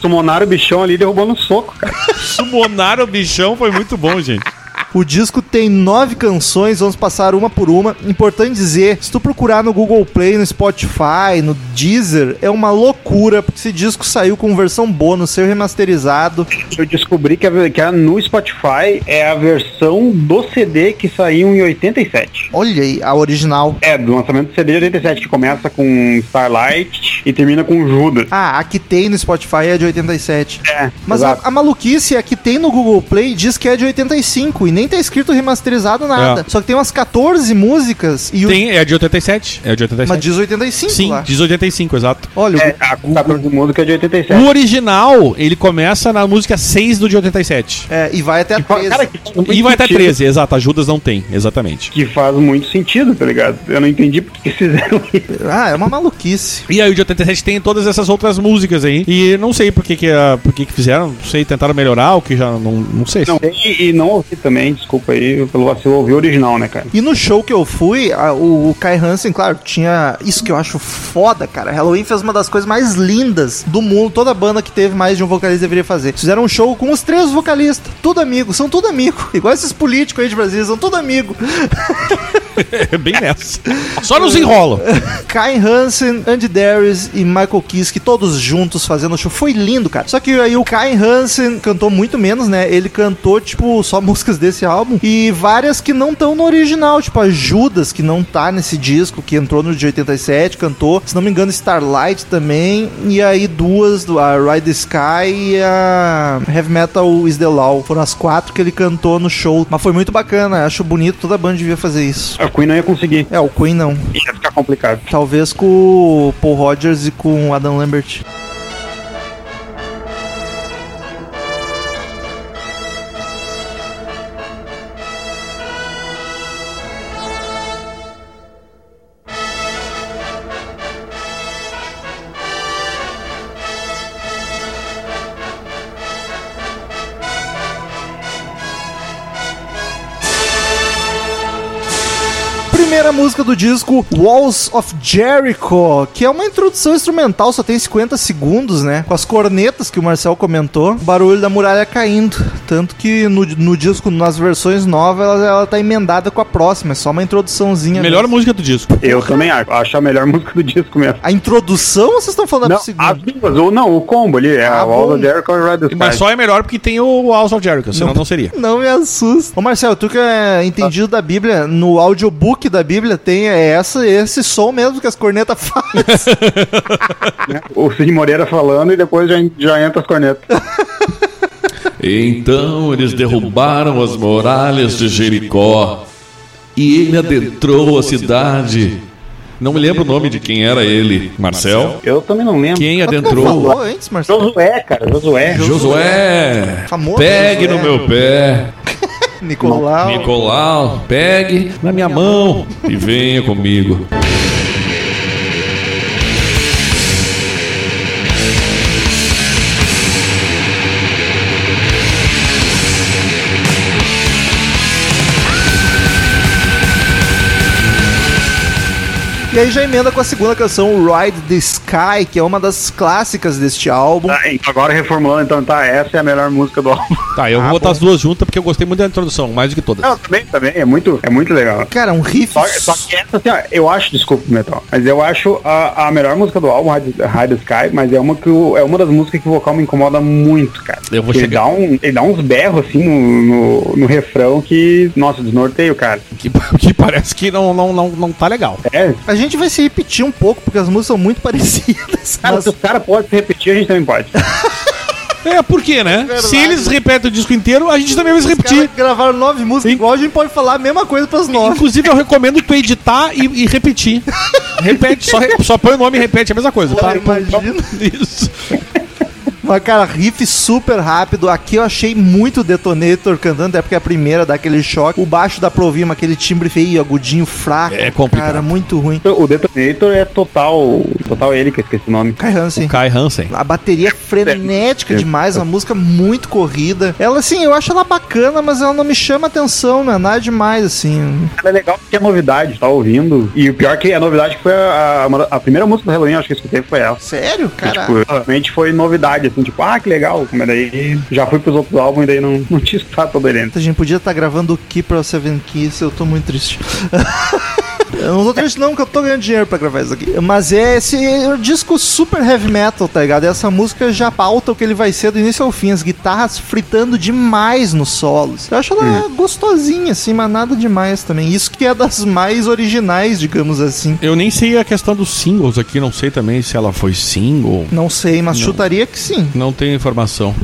S3: Sumonaram o bichão ali derrubando um soco, cara.
S2: Sumonar o bichão foi muito bom, gente.
S1: O disco tem nove canções, vamos passar uma por uma. Importante dizer, se tu procurar no Google Play, no Spotify, no Deezer, é uma loucura, porque esse disco saiu com versão bônus, saiu remasterizado.
S3: Eu descobri que, a, que a, no Spotify é a versão do CD que saiu em 87.
S1: Olha aí, a original.
S3: É, do lançamento do CD de 87, que começa com Starlight e termina com Judas.
S1: Ah, a que tem no Spotify é de 87.
S3: É,
S1: Mas a,
S3: exato.
S1: a maluquice é a que tem no Google Play diz que é de 85 e nem tá escrito remasterizado nada.
S2: É.
S1: Só que tem umas 14 músicas e o.
S2: Tem, é de 87. É de 87.
S1: Mas diz 85
S2: Sim,
S1: lá.
S2: diz 85, exato.
S1: Olha, o
S3: É, a 14 música é de 87.
S1: Hum,
S2: O original, ele começa na música 6 do de 87.
S1: É, e vai até a 13.
S3: Cara, que faz muito
S2: E vai tá até
S3: sentido.
S2: 13, exato. A Judas não tem, exatamente.
S3: Que faz muito sentido, tá ligado? Eu não entendi porque que fizeram isso.
S1: Ah, é uma maluquice.
S2: E aí o de 87 tem todas essas outras músicas aí. E não sei por que, que, ah, por que, que fizeram, não sei, tentaram melhorar, o que já não, não sei.
S3: Não, e, e não ouvi também, desculpa aí, pelo vacilo, ouvi o original, né, cara?
S1: E no show que eu fui, a- o, o Kai Hansen, claro, tinha isso que eu acho foda, cara. Halloween fez uma das coisas mais lindas do mundo. Toda banda que teve mais de um vocalista deveria fazer. Fizeram um show com os três vocalistas, tudo amigo, são tudo amigo. Igual esses políticos aí de Brasília, são tudo amigo.
S2: É bem nessa. Só nos enrolam.
S1: Kai Hansen, Andy Darius e Michael Kiske, todos juntos fazendo o show. Foi lindo, cara. Só que aí o Kai Hansen cantou muito menos, né? Ele cantou, tipo, só músicas desse álbum e várias que não estão no original, tipo a Judas, que não tá nesse disco, que entrou no de 87, cantou. Se não me engano, Starlight também. E aí duas, do- a Ride the Sky e a Heavy Metal Is the Law. Foram as quatro que ele cantou no show. Mas foi muito bacana, acho bonito, toda banda devia fazer isso.
S3: A Queen não ia conseguir,
S1: É, o Queen não.
S3: ia ficar complicado.
S1: Talvez com o Paul Rogers e com o Adam Lambert. primeira música do disco, Walls of Jericho, que é uma introdução instrumental, só tem 50 segundos, né? Com as cornetas que o Marcel comentou, o barulho da muralha caindo. Tanto que no, no disco, nas versões novas, ela, ela tá emendada com a próxima, é só uma introduçãozinha. né?
S2: Melhor
S1: mesmo.
S2: música do disco.
S3: Eu também acho. Acho a melhor música do disco mesmo.
S1: A introdução ou vocês estão falando
S3: Não,
S1: do segundo?
S3: as duas, ou não, o combo ali, é
S1: Ah,
S3: a Wall
S1: bom.
S3: of Jericho e o Red Sky.
S2: Mas só é melhor porque tem o House of Jericho, senão não seria.
S1: Não me assusta. Ô Marcelo, tu que é entendido da Bíblia, no audiobook da Bíblia tem é essa, esse som mesmo que as cornetas fazem.
S3: O Cid Moreira falando e depois já, já entra as cornetas.
S7: Então eles derrubaram as muralhas de Jericó e ele adentrou a cidade.
S2: Não me lembro o nome de quem era ele. Marcel?
S3: Eu também não lembro.
S2: Quem
S1: Falou
S2: adentrou?
S1: antes, Marcelo.
S3: Josué, cara, Josué.
S7: Josué!
S1: Famoso
S7: Pegue
S1: Josué.
S7: no meu pé,
S1: Nicolau.
S7: Nicolau, pegue na minha mão e venha comigo.
S1: E aí já emenda com a segunda canção, Ride the Sky, que é uma das clássicas deste álbum.
S3: Tá, então agora reformulando, então tá, essa é a melhor música do álbum.
S2: Tá, eu vou botar as duas juntas porque eu gostei muito da introdução, mais do que todas.
S3: Ah, Não, também, também, é muito, é muito legal.
S1: Cara, um riff.
S3: Só, só que essa, assim, ó, eu acho, desculpa, Metal, mas eu acho a, a melhor música do álbum, High High the Sky, mas é uma, que o- é uma das músicas que o vocal me incomoda muito, cara.
S2: Eu vou
S3: ele
S2: chegar.
S3: Dá um, ele dá uns berros, assim, no, no, no refrão que, nossa, desnorteio, cara.
S2: Que, que parece que não, não, não, não tá legal.
S3: É,
S1: A gente vai se repetir um pouco, porque as músicas são muito parecidas.
S3: cara,
S1: mas-
S3: se os caras podem se repetir, a gente também pode.
S2: É, por quê, né? Se eles repetem o disco inteiro, a gente também vai se
S1: Os caras
S2: repetir.
S1: gravaram nove músicas,
S2: Sim.
S1: igual a gente pode falar a mesma coisa pras nove.
S2: Inclusive, eu recomendo tu editar e, e repetir. Repete, só, re- só põe o nome e repete a mesma coisa, tá?
S1: Cara, imagina.
S2: Isso.
S1: Mas, cara, riff super rápido. Aqui eu achei muito Detonator cantando, é porque a primeira dá aquele choque. O baixo da Provima, aquele timbre feio, agudinho, fraco.
S2: É complicado.
S1: Cara, muito ruim.
S3: o Detonator é total, total ele, que eu esqueci o nome.
S1: Kai Hansen.
S2: Kai Hansen.
S1: A bateria é frenética demais, uma música é muito corrida. Ela, assim, eu acho ela bacana, mas ela não me chama atenção, não é nada demais, assim.
S3: Ela é legal porque é novidade, tá ouvindo. E o pior é que a novidade que foi a, a- uma- a primeira música do Halloween, acho que eu escutei, foi essa.
S1: Sério, cara?
S3: Tipo, realmente foi novidade, assim, tipo, ah, que legal. Mas daí já fui pros outros álbuns e daí não, não tinha escutado todo ele ainda.
S1: A gente podia estar gravando o Keeper of Seven Keys, eu tô muito triste. Eu não tô triste não, porque eu tô ganhando dinheiro pra gravar isso aqui. Mas é esse disco super heavy metal, tá ligado? Essa música já pauta o que ele vai ser do início ao fim. As guitarras fritando demais nos solos. Eu acho ela gostosinha, assim, mas nada demais também. Isso que é das mais originais, digamos assim.
S2: Eu nem sei a questão dos singles aqui, não sei também se ela foi single.
S1: Não sei, mas chutaria que sim.
S2: Não tenho informação.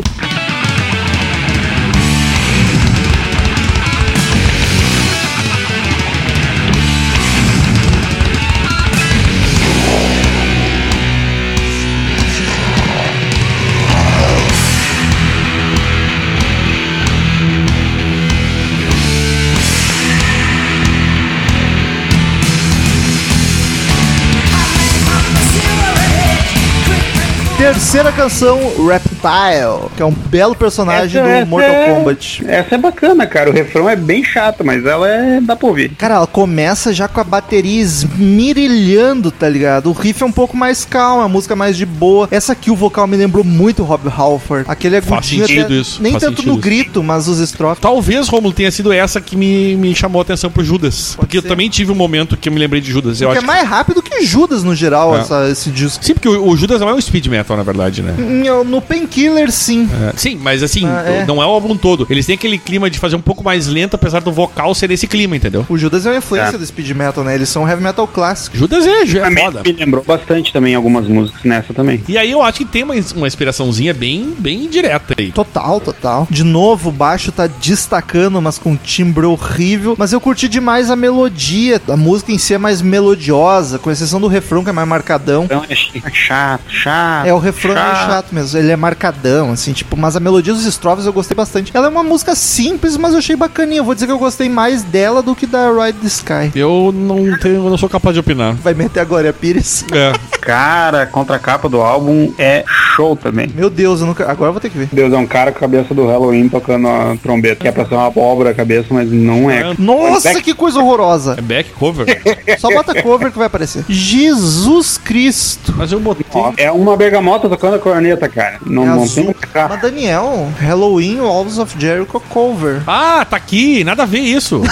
S1: Terceira canção, Reptile, que é um belo personagem
S3: Essa-
S1: do
S3: essa
S1: Mortal
S3: é-
S1: Kombat.
S3: Essa é bacana, cara. O refrão é bem chato, mas ela é. dá pra ouvir.
S1: Cara, ela começa já com a bateria esmirilhando, tá ligado? O riff é um pouco mais calmo, a música é mais de boa. Essa aqui o vocal me lembrou muito Rob Halford. Aquele
S2: Faz
S1: agudinho
S2: sentido
S1: até-
S2: isso,
S1: nem
S2: faz
S1: tanto
S2: sentido
S1: no
S2: isso.
S1: grito, mas os estrofes.
S2: Talvez, Romulo, tenha sido essa que me, me chamou a atenção pro Judas. porque
S1: ser.
S2: eu também tive um momento que eu me lembrei de Judas. Eu
S1: Porque
S2: acho
S1: é mais rápido que Judas no geral,
S2: É.
S1: essa- esse disco.
S2: que... Sim, porque o, o Judas não é um speed metal, na verdade, né?
S1: No no Painkiller, sim.
S2: É, Sim, mas assim,
S1: Hum. Ah, é.
S2: não é o álbum todo. Eles têm aquele clima de fazer um pouco mais lento, apesar do vocal ser esse clima, entendeu?
S1: O Judas é uma influência
S3: É.
S1: do speed metal, né? Eles são heavy metal clássico.
S2: Judas é, é
S3: Também
S2: foda.
S3: me lembrou bastante também algumas músicas nessa também.
S2: E aí eu acho que tem uma, ins- uma inspiraçãozinha bem, bem direta aí.
S1: Total, total. De novo, o baixo tá destacando, mas com um timbre horrível. Mas eu curti demais a melodia. A música em si é mais melodiosa, com exceção do refrão, que é mais marcadão.
S3: Então é ch- é chato, chato.
S1: É, o refrão é meio chato mesmo. Ele é marcadão, assim, tipo, mas a melodia dos estrofes eu gostei bastante. Ela é uma música simples, mas eu achei bacaninha. Eu vou dizer que eu gostei mais dela do que da Ride the Sky.
S2: Eu não tenho, eu não sou capaz de opinar.
S1: Vai meter agora a Pires.
S2: É.
S3: Cara, a contracapa do álbum é show também.
S1: Meu Deus, eu nunca... agora eu vou ter que ver.
S3: Deus, é um cara com a cabeça do Halloween tocando a trombeta, que é pra ser uma abóbora a cabeça, mas não é.
S1: Nossa, que coisa horrorosa.
S2: É back cover?
S1: Só bota cover que vai aparecer. Jesus Cristo.
S2: Mas eu botei.
S3: Ó, É uma bergamota tocando a corneta, cara. Não,
S1: É
S3: não
S1: azul.
S3: tem o que ficar.
S1: Mas Daniel, Halloween, Walls of Jericho cover.
S2: Ah, tá aqui, nada a ver isso.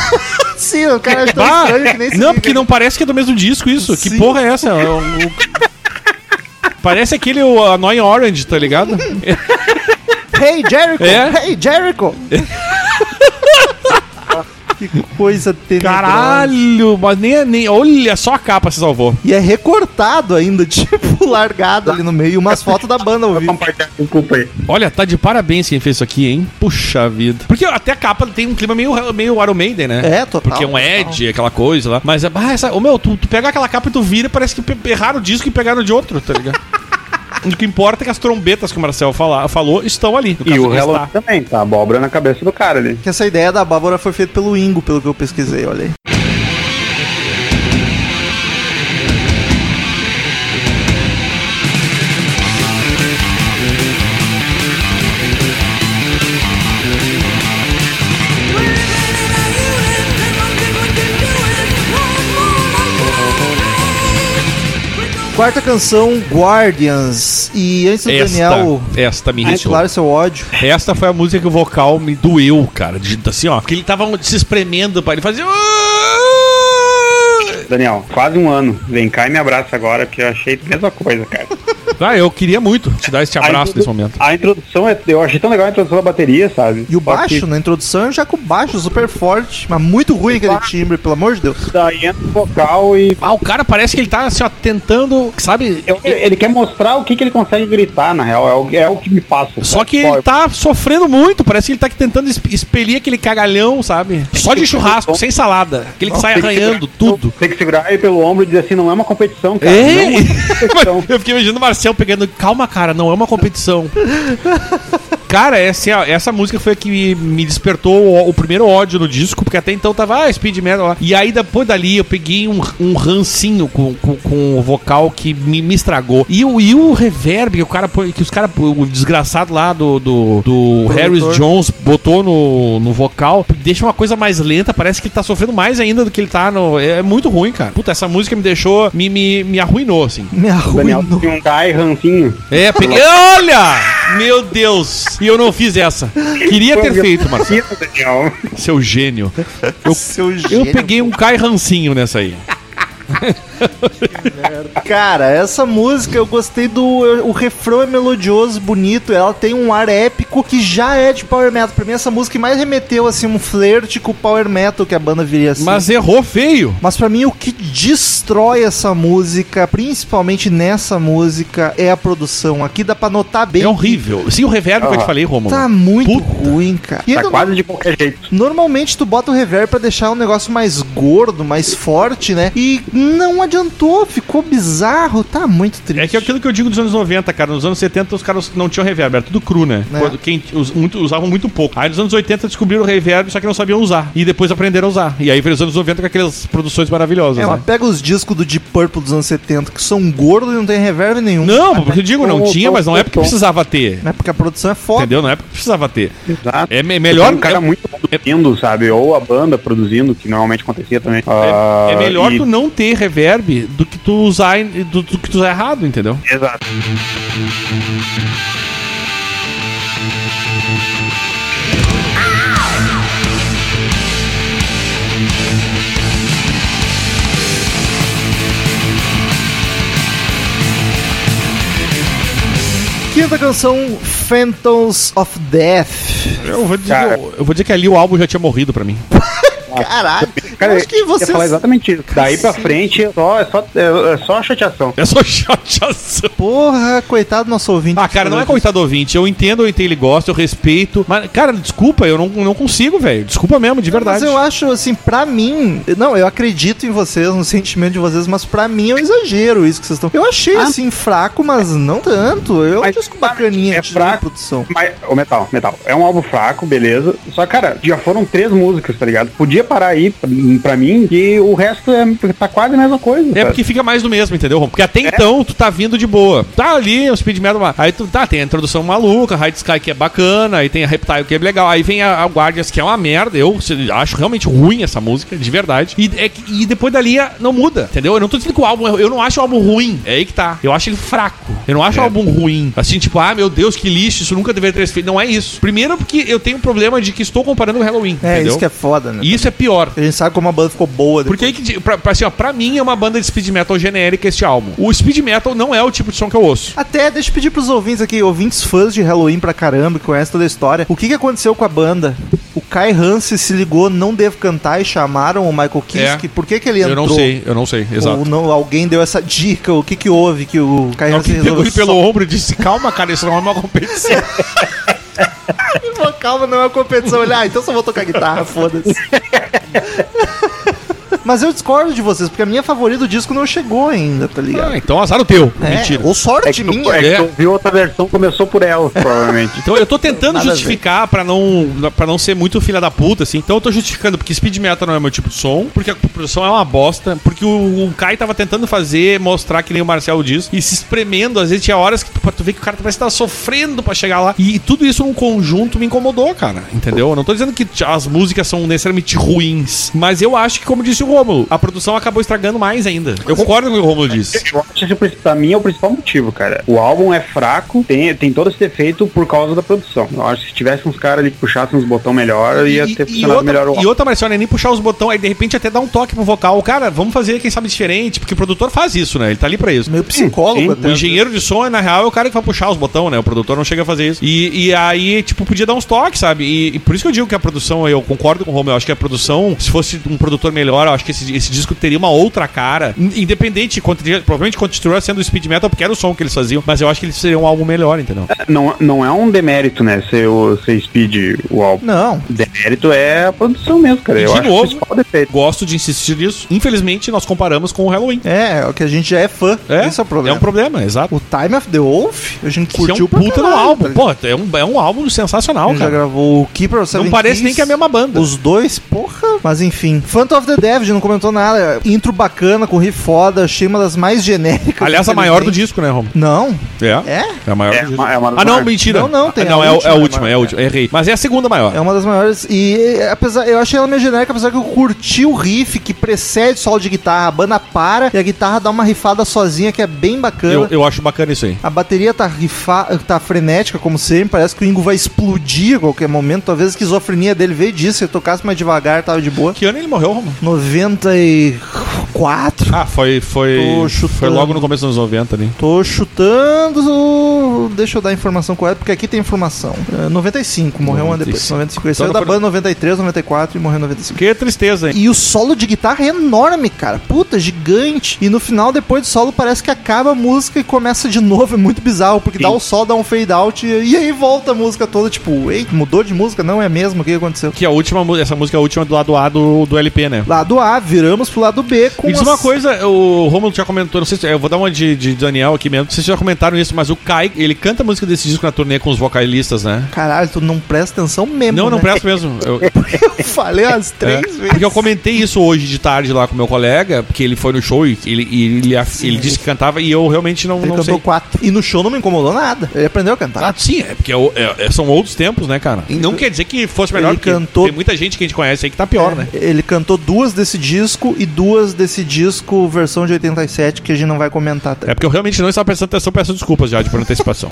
S1: Sim, o cara é tão
S2: Bah,
S1: estranho que nem se
S2: não,
S1: liga.
S2: porque não parece que é do mesmo disco isso. Que
S1: Sim.
S2: porra é essa? O- o- Parece aquele o Annoying Orange, tá ligado?
S1: Hey Jericho!
S2: É?
S1: Hey Jericho! que coisa tenebrosa.
S2: Caralho, mas nem, nem. Olha só a capa se salvou.
S1: E é recortado ainda, tipo, largado ali no meio, e umas fotos da banda
S3: Vou
S1: ouvindo.
S3: compartilhar, desculpa aí.
S2: Olha, tá de parabéns quem fez isso aqui, hein? Puxa vida. Porque até a capa tem um clima meio, meio Iron Maiden, né?
S1: É, total.
S2: Porque é um Ed, aquela coisa lá. Mas, é- ah, essa, ô, meu, tu, tu pega aquela capa e tu vira, parece que pe- erraram o disco e pegaram de outro, tá ligado? o que importa é que as trombetas que o Marcel fala- falou estão ali. No
S3: E
S2: caso,
S3: o
S2: está.
S3: Halloween também, tá? Abóbora na cabeça do cara ali.
S1: Que essa ideia da Bárbara foi feita pelo Ingo, pelo que eu pesquisei, olha aí. Quarta canção, Guardians. E antes do Daniel Ah,
S2: Esta, esta me irritou.
S1: declarar seu ódio,
S2: Esta foi a música que o vocal me doeu, cara. De, assim, ó. Porque ele tava se espremendo, pai. Ele fazia. "Ah!"
S3: Daniel, quase um ano. Vem cá e me abraça agora, porque eu achei a mesma coisa, cara.
S2: Ah, eu queria muito te dar este
S3: A
S2: abraço
S3: introdu-
S2: nesse momento.
S3: A introdução, é, eu achei tão legal a introdução da bateria, sabe?
S1: E o
S3: Só que
S1: baixo, na introdução, já com o baixo super forte, mas muito ruim aquele timbre, pelo amor de Deus.
S3: Daí entra o vocal e.
S2: Ah, o cara parece que ele tá assim, ó, tentando, sabe?
S3: eu- ele quer mostrar o que, que ele consegue gritar, na real. É o, é o que me passa.
S2: Só
S3: sabe?
S2: que ele tá sofrendo muito, parece que ele tá aqui tentando es- expelir aquele cagalhão, sabe? Só de churrasco, sem salada. Aquele que sai
S3: tem que
S2: arranhando
S3: segurar-
S2: tudo.
S3: Tem que segurar ele pelo ombro e dizer assim: não é uma competição, cara.
S2: É?
S3: Não é uma competição.
S2: Eu fiquei imaginando o Marcel pegando. Calma, cara, não é uma competição. Cara, essa, essa música foi a que me despertou o, o primeiro ódio no disco, porque até então tava, ah, speed metal lá. E aí depois dali eu peguei um, um rancinho com, com, com o vocal que me, me estragou. E o, e o reverb que o cara põe, que os cara, o desgraçado lá do, do, do Harris Jones botou no, no vocal, deixa uma coisa mais lenta, parece que ele tá sofrendo mais ainda do que ele tá no. É, é muito ruim, cara. Puta, essa música me deixou, me, me, me arruinou, assim.
S1: Me
S3: O Daniel
S1: arruinou.
S3: tem um Kai rancinho.
S2: É, peguei. Olha! Meu Deus! E eu não fiz essa. Queria
S3: um
S2: ter feito, Marcelo.
S3: Isso, Daniel.
S2: Seu gênio.
S1: Seu
S2: Eu
S1: gênio.
S2: peguei um Kai Rancinho nessa aí.
S1: Cara, essa música eu gostei do. O refrão é melodioso, bonito. Ela tem um ar épico que já é de Power Metal. Pra mim, essa música mais remeteu assim um flerte com o Power Metal que a banda viria assim.
S2: Mas é- errou feio.
S1: Mas pra mim o que destrói essa música, principalmente nessa música, é a produção. Aqui dá pra notar bem.
S2: É horrível. Sim, o reverb que eu te
S3: Ah.
S2: falei, Romulo.
S1: Tá muito
S2: Puta.
S1: ruim, cara. E
S3: Tá
S1: ainda
S3: quase de qualquer jeito.
S1: Normalmente tu bota o reverb pra deixar um negócio mais gordo, mais forte, né? E não adiantou, ficou bizarro, tá muito triste.
S2: É que é aquilo que eu digo dos anos 90, cara. Nos anos 70 os caras não tinham reverb, era tudo cru, né?
S1: É.
S2: Quando quem us- muito- usavam muito pouco. Aí nos anos 80 descobriram o reverb, só que não sabiam usar. E depois aprenderam a usar. E aí veio os anos 90 com aquelas produções maravilhosas,
S1: É,
S2: né?
S1: mas pega os discos do Deep Purple dos anos 70 que são gordos e não tem reverb nenhum.
S2: Não, porque eu digo, não
S3: Tom,
S2: tinha,
S3: tom,
S2: mas não é
S3: tom,
S2: porque
S3: tom.
S2: precisava ter.
S1: Né? Porque a produção é foda.
S2: Entendeu? Não é porque precisava ter.
S3: Exato.
S2: É me- melhor.
S3: Tem um cara muito produzindo, sabe? Ou a banda produzindo, que normalmente acontecia também. Ah,
S2: É, é melhor
S3: que
S2: tu não ter reverb do que tu usar em- do, do que tu usar errado, entendeu?
S3: Exato.
S1: Quinta canção, Phantoms of Death.
S2: Eu vou dizer,
S3: Cara.
S2: eu, eu vou dizer que ali o álbum já tinha morrido pra mim.
S1: Caralho.
S3: Cara,
S1: acho que
S3: eu ia
S1: vocês-
S3: falar exatamente isso. Daí pra frente é só, é só, é, é só chateação.
S2: É só chateação.
S1: Porra, coitado do nosso ouvinte.
S2: Ah, cara, não é coitado do ouvinte. Eu entendo, eu entendo, ele gosta, eu respeito. Mas, cara, desculpa, eu não, não consigo, velho. Desculpa mesmo, de verdade.
S1: Então, Mas eu acho, assim, pra mim. Não, eu acredito em vocês, no sentimento de vocês, mas pra mim é um exagero isso que vocês estão. Eu
S2: Ah.
S1: achei, assim, fraco, mas não tanto. Eu
S3: Mas
S1: acho bacaninha
S3: é
S1: de
S3: fraco.
S1: produção.
S3: Mas, o metal, metal. É um álbum fraco, beleza. Só, cara, já foram três músicas, tá ligado? Podia parar aí pra, pra mim, que o resto é, tá quase a mesma coisa.
S2: É
S3: sabe?
S2: porque fica mais do mesmo, entendeu, Rom? Porque até
S1: É.
S2: então tu tá vindo de boa. Tá ali, o Speed Metal. lá. Aí tu tá, tem a introdução maluca, High Sky que é bacana, aí tem a Reptile que é legal, aí vem a, a Guardians que é uma merda. Eu se- acho realmente ruim essa música, de verdade. E, é que- e depois dali é- não muda, entendeu? Eu não tô dizendo que o álbum é, ru- Eu não acho o álbum ruim. É aí que tá. Eu acho ele fraco. Eu não
S1: É.
S2: acho o álbum ruim. Assim, tipo, ah, meu Deus, que lixo, isso nunca deveria ter sido feito. Não é isso. Primeiro porque eu tenho um problema de que estou comparando com Halloween.
S1: É,
S2: entendeu?
S1: isso que é foda, né?
S2: E isso é pior.
S1: A gente sabe como a banda ficou boa
S2: Porque aí que, di- pra, pra- assim, ó, pra mim é uma banda de speed metal genérica este álbum. O speed metal não é o tipo de som que eu ouço.
S1: Até, deixa eu pedir pros ouvintes aqui, ouvintes fãs de Halloween pra caramba, que conhecem toda a história. O que, que aconteceu com a banda? O Kai Hansen se ligou, não devo cantar, e chamaram o Michael Kiske.
S2: É.
S1: Por que, que ele
S2: Eu
S1: entrou?
S2: não sei, eu não sei,
S1: Ou
S2: exato.
S1: não, alguém deu essa dica, o que que houve que o Kai Hansen
S2: Alguém pegou ele
S1: resolveu
S2: pelo ombro e disse: Calma, cara, isso não é uma competição.
S1: Pô, calma, não é uma competição. Ele, ah, então só vou tocar guitarra, foda-se. Mas eu discordo de vocês, porque a minha favorita do disco não chegou ainda, tá ligado?
S2: ah, então azar o teu.
S1: É,
S2: Mentira.
S1: Ou
S3: É
S1: sorte
S3: que, tu,
S1: minha.
S3: é que
S2: é.
S3: tu viu outra versão, começou por ela, provavelmente.
S2: Então eu tô tentando
S1: Nada a ver.
S2: justificar pra não para não ser muito filha da puta assim. Então eu tô justificando porque speed metal não é meu tipo de som, porque a produção é uma bosta, porque o, o Kai tava tentando fazer mostrar que nem o Marcel diz e se espremendo, às vezes tinha horas que tu, tu vê que o cara parece que tá sofrendo pra chegar lá. E, tudo isso num conjunto me incomodou, cara, entendeu? Eu não tô dizendo que t- as músicas são necessariamente ruins, mas eu acho que como disse o Rômulo, a produção acabou estragando mais ainda. Eu concordo com o que o Rômulo disse.
S3: Eu acho que esse, é o princi- pra mim é o principal motivo, cara. O álbum é fraco, tem, tem todo esse defeito por causa da produção. Eu acho que se tivesse uns caras ali que puxassem uns botão melhor, ia ter funcionado
S2: outra,
S3: melhor o
S2: E
S3: álbum.
S2: outra, Marcelo, é nem puxar os botões, aí de repente até dar um toque pro vocal. Cara, vamos fazer, quem sabe, diferente, porque o produtor faz isso, né? Ele tá ali pra isso.
S1: Meio psicólogo
S2: O
S1: até.
S2: engenheiro de som, na real, é o cara que vai puxar os botões, né? O produtor não chega a fazer isso. E, e aí, tipo, podia dar uns toques, sabe? E, e por isso que eu digo que a produção, eu concordo com o Romeu, eu acho que a produção, se fosse um produtor melhor, eu acho que esse, esse disco teria uma outra cara. In- Independente, continua- provavelmente continua sendo speed metal, porque era o som que eles faziam, mas eu acho que eles seriam algo melhor, entendeu?
S3: Não, não é um demérito, né? Ser, o- ser speed o álbum.
S1: Não.
S3: O Demérito é a produção mesmo, cara.
S2: E
S3: Eu
S2: de
S3: acho que
S2: novo-
S3: o principal defeito.
S2: Gosto de insistir nisso. Infelizmente, nós comparamos com o Halloween.
S1: É, é o que a gente já é fã. Esse é o problema.
S2: um problema, exato.
S1: O Time of the Wolf, a gente
S2: Que é
S1: curtiu
S2: um
S1: pra
S2: puta no
S1: caralho,
S2: álbum.
S1: tá
S2: Pô, é um, é um álbum sensacional,
S1: Ele já
S2: cara.
S1: gravou o Keeper of Seven
S2: Não parece
S1: Keys,
S2: nem que é a mesma banda.
S1: Os dois, porra. Mas enfim. Phantom of the Devil, a gente não comentou nada. Intro bacana, com riff foda. Achei uma das mais genéricas.
S2: Aliás, a maior do disco, né, Romo?
S1: Não.
S2: É.
S1: É?
S2: É a maior
S3: É
S2: do disco.
S3: uma- é uma das
S2: ah, não,
S3: maiores.
S2: mentira.
S1: Não, não, tem
S2: Ah, não,
S1: a
S2: é, o-
S1: última,
S2: é a
S1: é a
S2: última, é a
S1: maior.
S2: última. Errei. Mas é a segunda maior.
S1: É uma das maiores. E é, apesar, eu achei ela meio genérica, apesar que eu curti o riff que precede o solo de guitarra. A banda para e a guitarra dá uma rifada sozinha que é bem bacana.
S2: Eu, eu acho bacana isso aí.
S1: A bateria tá, rifa... tá frenética, como sempre. Parece que o Ingo vai explodir a qualquer momento. Talvez a esquizofrenia dele veio disso. Se eu tocasse mais devagar, tava de boa.
S2: Que ano ele morreu, Romo?
S1: 94.
S2: Ah, foi, foi,
S1: Tô
S2: foi
S1: chutando.
S2: logo no começo dos anos 90 ali.
S1: Tô chutando. Deixa eu dar a informação correta, porque aqui tem informação. É, 95, morreu um ano depois.
S2: 95.
S1: 95. Ele saiu
S2: Então
S1: da
S2: não foi-
S1: banda 93, 94 e morreu em 95.
S2: Que tristeza, hein?
S1: E o solo de guitarra é enorme, cara. Puta, gigante. E no final, depois do solo, parece que acaba a música e começa de novo. É muito bizarro, porque dá o sol, dá um fade out e, e aí volta a música toda. Tipo, ei, mudou de música? Não é mesmo? O que aconteceu?
S2: Que a última, mu- essa música é a última do lado A do, do LP, né?
S1: Lado A, viramos pro lado B com
S2: Me diz uma
S1: as-
S2: coisa, o Romulo já comentou, não sei se, eu vou dar uma de, de Daniel aqui mesmo. Vocês já comentaram isso, mas o Kai, ele canta a música desse disco na turnê com os vocalistas, né?
S1: Caralho, tu não presta atenção mesmo.
S2: Não, não
S1: né?
S2: presta mesmo. Eu,
S1: Eu falei as
S2: É,
S1: três vezes.
S2: Porque eu comentei isso hoje de tarde lá com meu colega, porque ele foi no show e ele, e ele, af- ele disse que cantava e eu realmente não,
S1: Ele
S2: não
S1: cantou
S2: sei.
S1: quatro. E no show não me incomodou nada. Ele aprendeu a cantar.
S2: Ah, sim, é porque é o- é- é- são outros tempos, né, cara? E não quer dizer que fosse melhor,
S1: Ele
S2: porque
S1: cantou- É.
S2: tem muita gente que a gente conhece aí que tá pior, né?
S1: Ele cantou duas desse disco e duas desse disco versão de 87 que a gente não vai comentar. Tá?
S2: É porque eu realmente não estava prestando atenção, peço desculpas já de por antecipação.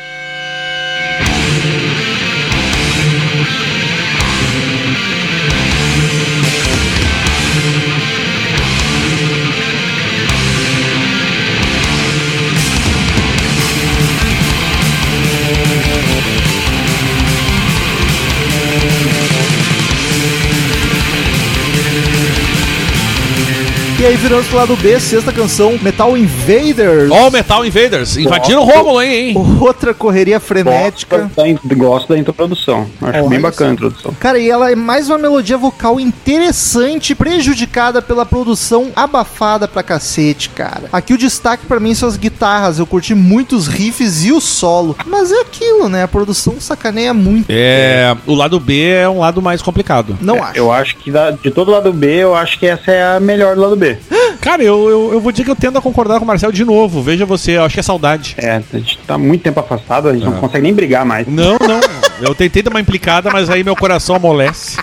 S1: Aí viramos pro lado B, sexta canção, Metal Invaders.
S2: Ó, o Metal Invaders. Invadiram o Rômulo, hein, hein?
S1: Outra correria
S2: né,
S1: frenética.
S3: Gosto é da, in- gosto da introdução. Acho
S1: Olha
S3: bem bacana a introdução.
S1: Cara, e ela é mais uma melodia vocal interessante, prejudicada pela produção abafada pra cacete, cara. Aqui o destaque pra mim são as guitarras. Eu curti muito os riffs e o solo. Mas é aquilo, né? A produção sacaneia muito.
S2: É, o lado B é um lado mais complicado.
S1: Não
S3: É,
S1: acho.
S3: Eu acho que da- de todo lado B, eu acho que essa é a melhor do lado B.
S2: Cara, eu, eu, eu vou dizer que eu tendo a concordar com o Marcel de novo. Veja você, eu acho que é saudade.
S3: É, a gente tá muito tempo afastado, a gente
S2: É.
S3: não consegue nem brigar mais.
S2: Não, não. Eu tentei dar uma implicada, mas aí meu coração amolece.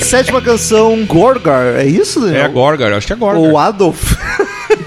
S1: Sétima canção, Gorgar. É isso,
S2: É
S1: Daniel?
S2: agora, cara. Acho que é agora.
S1: Ou Adolf.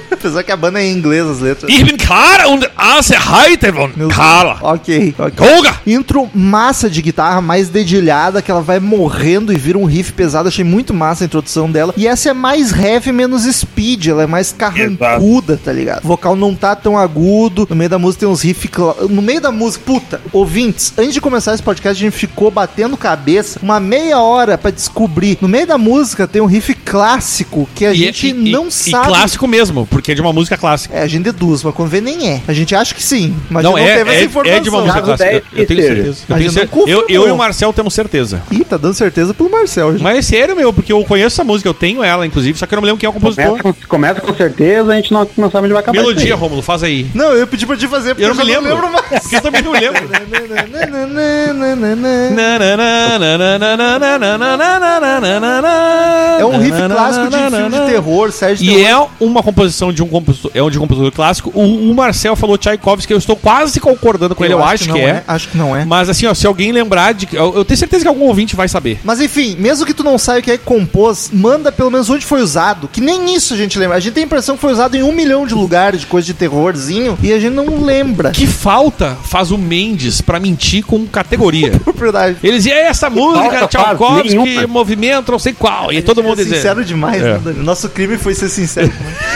S1: Apesar que a banda é em inglês, as letras.
S2: Ich bin Kara und Asse Heiter von
S1: Meu Deus.
S2: Kara.
S1: Ok, ok.
S2: Koga!
S1: Intro massa de guitarra, mais dedilhada, que ela vai morrendo e vira um riff pesado. Achei muito massa a introdução dela. E essa é mais heavy, menos speed. Ela é mais carrancuda, tá ligado? O vocal não tá tão agudo. No meio da música tem uns riffs. No meio da música, puta, ouvintes, antes de começar esse podcast, a gente ficou batendo cabeça uma meia hora pra descobrir. No meio da música tem um riff clássico que a gente não sabe.
S2: é E clássico mesmo, porque é de uma música clássica.
S1: É, a gente deduz, mas quando vê nem é. A gente acha que sim, mas
S2: não,
S1: a gente
S2: é,
S1: não teve
S2: é,
S1: essa
S2: é
S1: informação.
S2: de uma música
S3: Caso
S2: clássica.
S3: deve
S2: Eu tenho
S3: ser.
S2: certeza. Eu,
S1: A
S2: tenho
S1: gente não
S2: cer- eu,
S1: confirmou.
S2: eu e o Marcel temos certeza.
S1: Ih, tá dando certeza pelo Marcel. gente.
S2: Mas é sério, meu, porque eu conheço essa música, eu tenho ela, inclusive, só que eu não me lembro quem é o compositor.
S3: Começa com, começa com certeza, a gente não, não sabe onde vai acabar.
S2: Melodia,
S3: isso
S2: Rômulo, faz aí.
S1: Não, eu pedi pra te fazer porque
S2: Eu não me lembro.
S1: não lembro mais.
S2: Porque eu também não lembro.
S1: É
S2: É
S1: um riff clássico de filme de terror, Sérgio
S2: E é uma composição de um compositor, é um de um compositor clássico. O, o Marcel falou Tchaikovsky, eu estou quase concordando com ele, eu acho, que
S1: não
S2: é.
S1: Acho que não é.
S2: Mas assim, ó, se alguém lembrar de. Eu, eu tenho certeza que algum ouvinte vai saber.
S1: Mas enfim, mesmo que tu não saiba o que é que compôs, manda pelo menos onde foi usado. Que nem isso a gente lembra. A gente tem a impressão que foi usado em um milhão de lugares de coisa de terrorzinho e a gente não lembra.
S2: Que falta faz o Mendes pra mentir com categoria?
S1: propriedade.
S2: Eles diziam, essa música,
S3: falta faz
S2: Tchaikovsky,
S3: nenhuma.
S2: movimento, não sei qual. E todo mundo
S1: é
S2: dizia.
S1: sincero demais, né, Dani? Nosso crime foi ser sincero.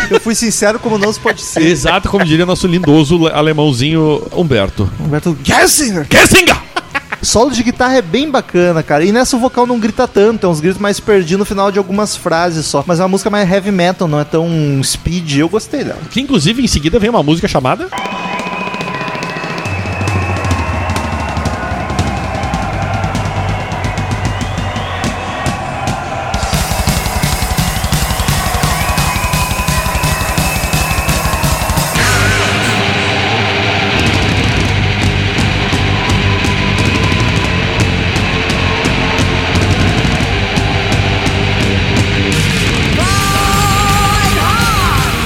S1: Eu fui sincero como não se pode ser.
S2: Exato, como diria nosso lindoso alemãozinho Humberto.
S1: Humberto Gessinger.
S2: Kessinga!
S1: Solo de guitarra é bem bacana, cara. E nessa o vocal não grita tanto, é uns gritos mais perdidos no final de algumas frases só. Mas é uma música mais heavy metal, não é tão speed. Eu gostei dela.
S2: Que inclusive em seguida vem uma música chamada.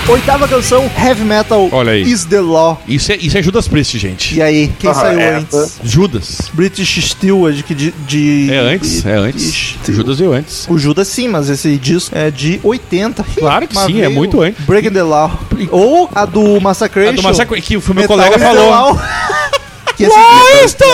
S1: Oitava canção, heavy metal.
S2: Olha aí.
S1: Is the law.
S2: Isso é, isso é Judas Priest, gente.
S1: E aí, quem
S3: Ah,
S1: saiu
S3: essa.
S1: antes?
S2: Judas.
S1: British Steel, acho que de, de-
S2: É antes,
S1: de-
S2: é antes. Judas veio antes.
S1: O Judas sim, mas esse disco é de 80.
S2: Claro que
S1: Mas
S2: sim, é
S1: veio
S2: muito antes.
S1: Breaking the Law. Ou a do Massacration.
S2: A do Massacre, Ah, que o meu
S1: Metal
S2: colega
S1: is the
S2: falou.
S1: Law. que esse disco-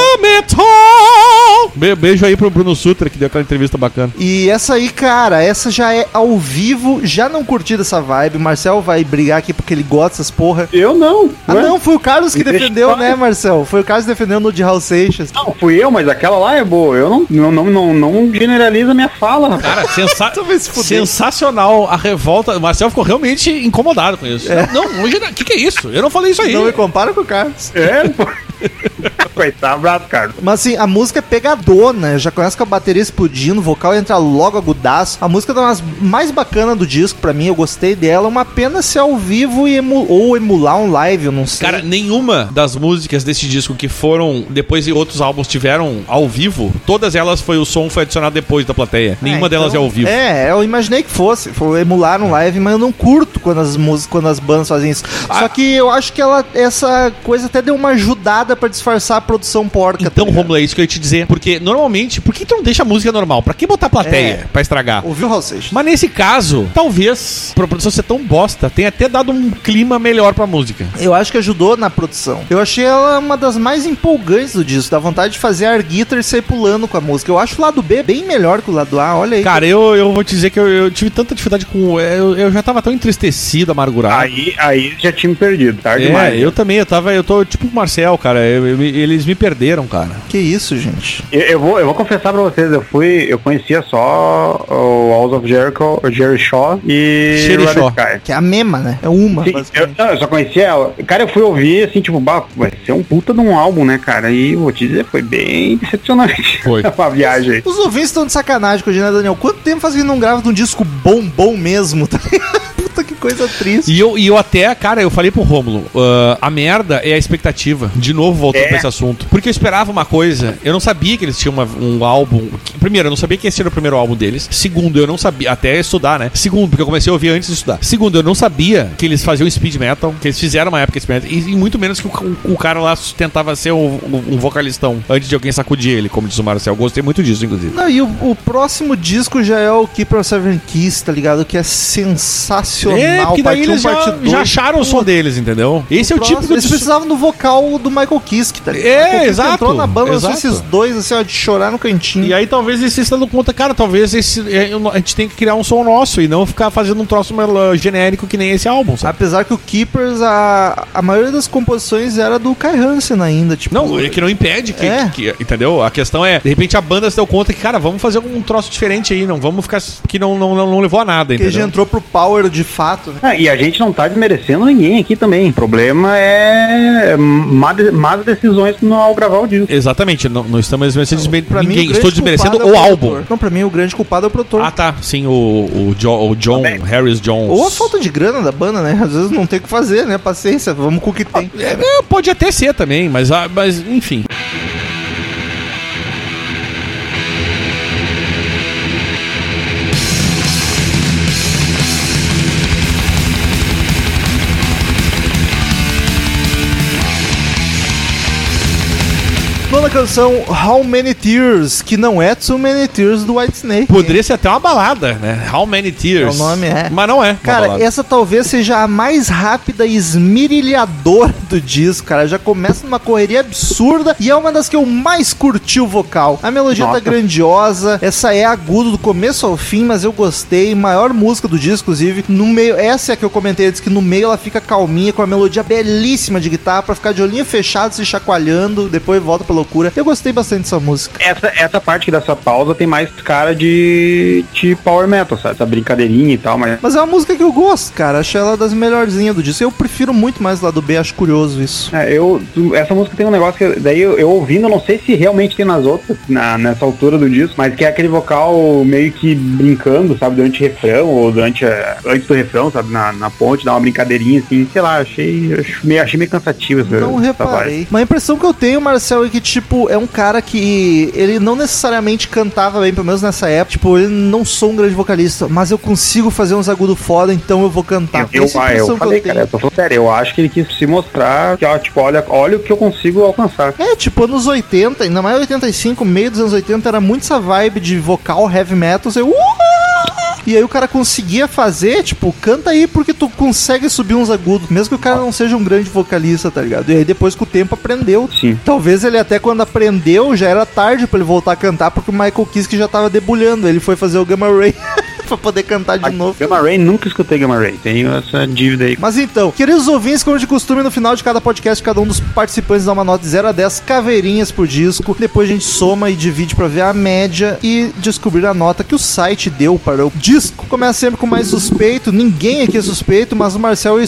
S2: Be- Beijo aí pro Bruno Sutra, que deu aquela entrevista bacana.
S1: E essa aí, cara, essa já é ao vivo, já não curti dessa vibe. Marcel vai brigar aqui porque ele gosta dessas porra.
S3: aí. Eu não.
S1: Ah,
S3: Ué?
S1: não, foi o Carlos que
S3: Deixa
S1: defendeu,
S3: eu
S1: né, Marcel? Foi o Carlos defendendo o de Hal Seixas.
S3: Não, fui eu, mas aquela lá é boa. Eu não, não, não, não, não generalizo a minha fala, rapaz.
S2: Cara, sensa-
S1: Vai se fuder.
S2: sensacional a revolta. O Marcel ficou realmente incomodado com isso. Não, hoje o que, que é isso? Eu não falei isso aí.
S1: Não me compara com o Carlos.
S3: É, pô. Coitado, abraço, cara.
S1: Mas assim, a música é pegadona. Já começa com a bateria explodindo, o vocal entra logo agudaço. A música é uma das mais bacanas do disco pra mim, eu gostei dela. Uma pena ser ao vivo e emu- ou emular um live, eu não sei.
S2: Cara, nenhuma das músicas desse disco que foram, depois em outros álbuns tiveram ao vivo, todas elas foi o som foi adicionado depois da plateia. Nenhuma
S1: Ah,
S2: delas é
S1: então-
S2: ao vivo.
S1: É, eu imaginei que fosse. Foi emular um live, mas eu não
S2: Ah.
S1: curto quando as músicas, quando as bandas fazem isso. Só que eu acho que ela, essa coisa até deu uma mudada pra disfarçar a produção porca.
S2: Então,
S1: tá ligado?
S2: Romulo, é isso que eu ia te dizer. Porque normalmente, por que tu não deixa a música normal? Pra que botar plateia
S1: É.
S2: pra estragar?
S1: Ouviu, Raul Seixas?
S2: Mas nesse caso, talvez, pra produção ser tão bosta, tenha até dado um clima melhor pra música.
S1: Eu acho que ajudou na produção. Eu achei ela uma das mais empolgantes do disco. Dá vontade de fazer a guitar e sair pulando com a música. Eu acho o lado B bem melhor que o lado A. Olha aí.
S2: Cara, eu, eu vou te dizer que eu, eu tive tanta dificuldade com. Eu, eu já tava tão entristecido, amargurado.
S3: Aí, aí já tinha me perdido, tarde
S2: é,
S3: demais.
S2: eu também, eu tava, eu tô tipo o Marcel, cara, eu- eu- eles me perderam, cara.
S1: que isso, gente.
S3: Eu, eu vou, eu vou confessar pra vocês, eu fui, eu conhecia só o House of Jericho, o Jerry Shaw e
S2: Jerry
S3: Red
S2: Shaw.
S3: Sky.
S1: Que é a mesma, né? É uma.
S3: Sim, eu,
S1: basicamente.
S3: não, eu só conhecia ela. Cara, eu fui ouvir assim, tipo, bah, vai ser um puta de um álbum, né, cara? E vou te dizer, foi bem decepcionante
S2: Foi.
S3: a viagem. aí.
S1: Os ouvintes estão de sacanagem com o né, Daniel? Quanto tempo faz que ele não grava de um disco bom, bom mesmo? Tá ligado? Puta que coisa triste.
S2: E eu, e eu até, cara, eu falei pro Rômulo, ah, a merda é a expectativa. De novo, voltando
S3: É.
S2: pra esse assunto. Porque eu esperava uma coisa, eu não sabia que eles tinham uma- um álbum. que- primeiro, eu não sabia que esse era o primeiro álbum deles. Segundo, eu não sabia, até estudar, né? Segundo, porque eu comecei a ouvir antes de estudar. Segundo, eu não sabia que eles faziam speed metal, que eles fizeram uma época de speed metal. E, e muito menos que o, o- o cara lá tentava ser um, um- um vocalistão antes de alguém sacudir ele, como diz o Marcel. Eu gostei muito disso, inclusive.
S1: Não, e o, o próximo disco já é o Keeper of Seven Keys, tá ligado? Que é sensacional.
S2: É, porque daí
S1: Parte um,
S2: eles já,
S1: parte dois.
S2: já acharam o som deles, entendeu? Esse é o
S1: Próximo,
S2: tipo
S1: Eles precisavam do vocal do Michael Kiske, tá ligado?
S2: É,
S1: Michael Kiske
S2: exato,
S1: entrou na banda, lançou
S2: exato.
S1: esses dois, assim, ó, de chorar no cantinho.
S2: E aí talvez eles se dando conta, cara, talvez esse, é, eu- a gente tem que criar um som nosso e não ficar fazendo um troço melo- genérico que nem esse álbum, sabe?
S1: Apesar que o Keepers, a, a maioria das composições era do Kai Hansen ainda, tipo...
S2: Não, é que não impede que,
S1: É.
S2: que- que- entendeu? A questão é, de repente a banda se deu conta que, cara, vamos fazer um troço diferente aí, não vamos ficar que não não, não, não levou a nada,
S1: Porque já
S2: entendeu?
S1: entrou pro Power de fato, né?
S3: Ah, e a gente não tá desmerecendo ninguém aqui também. O problema é má de- más decisões no- ao gravar o disco.
S2: Exatamente, não, não estamos desmerecendo desme-
S1: Pra mim,
S2: ninguém,
S1: o grande
S2: estou desmerecendo
S1: culpado
S2: o
S1: é
S2: álbum.
S1: produtor. Não, pra mim o grande culpado é o produtor.
S2: Ah, tá, sim, o, o, Jo- o John,
S3: Também.
S2: Harris Jones.
S1: Ou a falta de grana da banda, né? Às vezes não tem o que fazer, né? Paciência, vamos com o que tem.
S2: É, pode até ser também, mas, ah, mas enfim.
S1: Nona canção, How Many Tears, que não é Too Many Tears do Whitesnake.
S2: Poderia ser até uma balada, né? How Many Tears.
S1: É o nome, é.
S2: Mas não é. uma
S1: Cara,
S2: balada.
S1: essa talvez seja a mais rápida e esmirilhadora do disco, cara. Já começa numa correria absurda e é uma das que eu mais curti o vocal. A melodia tá
S3: Nossa.
S1: grandiosa, essa é agudo do começo ao fim, mas eu gostei. Maior música do disco, inclusive. No meio, essa é a que eu comentei antes, que no meio ela fica calminha, com a melodia belíssima de guitarra, pra ficar de olhinho fechado, se chacoalhando, depois volta pra loucura. Eu gostei bastante dessa música.
S3: Essa, essa parte aqui dessa pausa tem mais cara de, de power metal, sabe? Essa brincadeirinha e tal, mas
S1: Mas é uma música que eu gosto, cara. Acho ela das melhorzinhas do disco. Eu prefiro muito mais o lado B, acho curioso isso.
S3: É, eu, tu- essa música tem um negócio que eu- daí eu, eu ouvindo, eu não sei se realmente tem nas outras, na, nessa altura do disco, mas que é aquele vocal meio que brincando, sabe, durante o refrão ou durante a- antes do refrão, sabe, na, na ponte, dá uma brincadeirinha assim, sei lá, achei, acho meio, achei meio cansativo essa,
S1: Não
S3: essa
S1: Então, reparei. Mas a impressão que eu tenho, Marcel, é que, tipo, é um cara que ele não necessariamente cantava bem, pelo menos nessa época. Tipo, eu não sou um grande vocalista, mas eu consigo fazer uns agudos foda, então eu vou cantar.
S3: Eu,
S1: Essa é a
S3: ah, eu
S1: impressão que
S3: falei,
S1: eu tenho.
S3: cara, eu tô falando sério, eu acho que ele quis se mostrar que, ó, tipo, olha, olha o que eu consigo alcançar.
S1: É, tipo, anos 80, ainda mais 85, meio dos anos 80, era muito essa vibe de vocal heavy metal, você... "Uh!" E aí o cara conseguia fazer, tipo, canta aí porque tu consegue subir uns agudos, mesmo que o cara não seja um grande vocalista, tá ligado? E aí depois com o tempo aprendeu.
S3: Sim.
S1: Talvez ele até quando aprendeu já era tarde pra ele voltar a cantar, porque o Michael Kiske já tava debulhando, ele foi fazer o Gamma Ray pra poder cantar de novo.
S3: Gamma Ray, nunca escutei Gamma Ray, tenho essa dívida aí.
S1: Mas então, queridos ouvintes, como de costume, no final de cada podcast, cada um dos participantes dá uma nota de 0 a 10 caveirinhas por disco. Depois a gente soma e divide pra ver a média e descobrir a nota que o site deu para o disco. Começa sempre com o mais suspeito, ninguém aqui é suspeito, mas o Marcel é o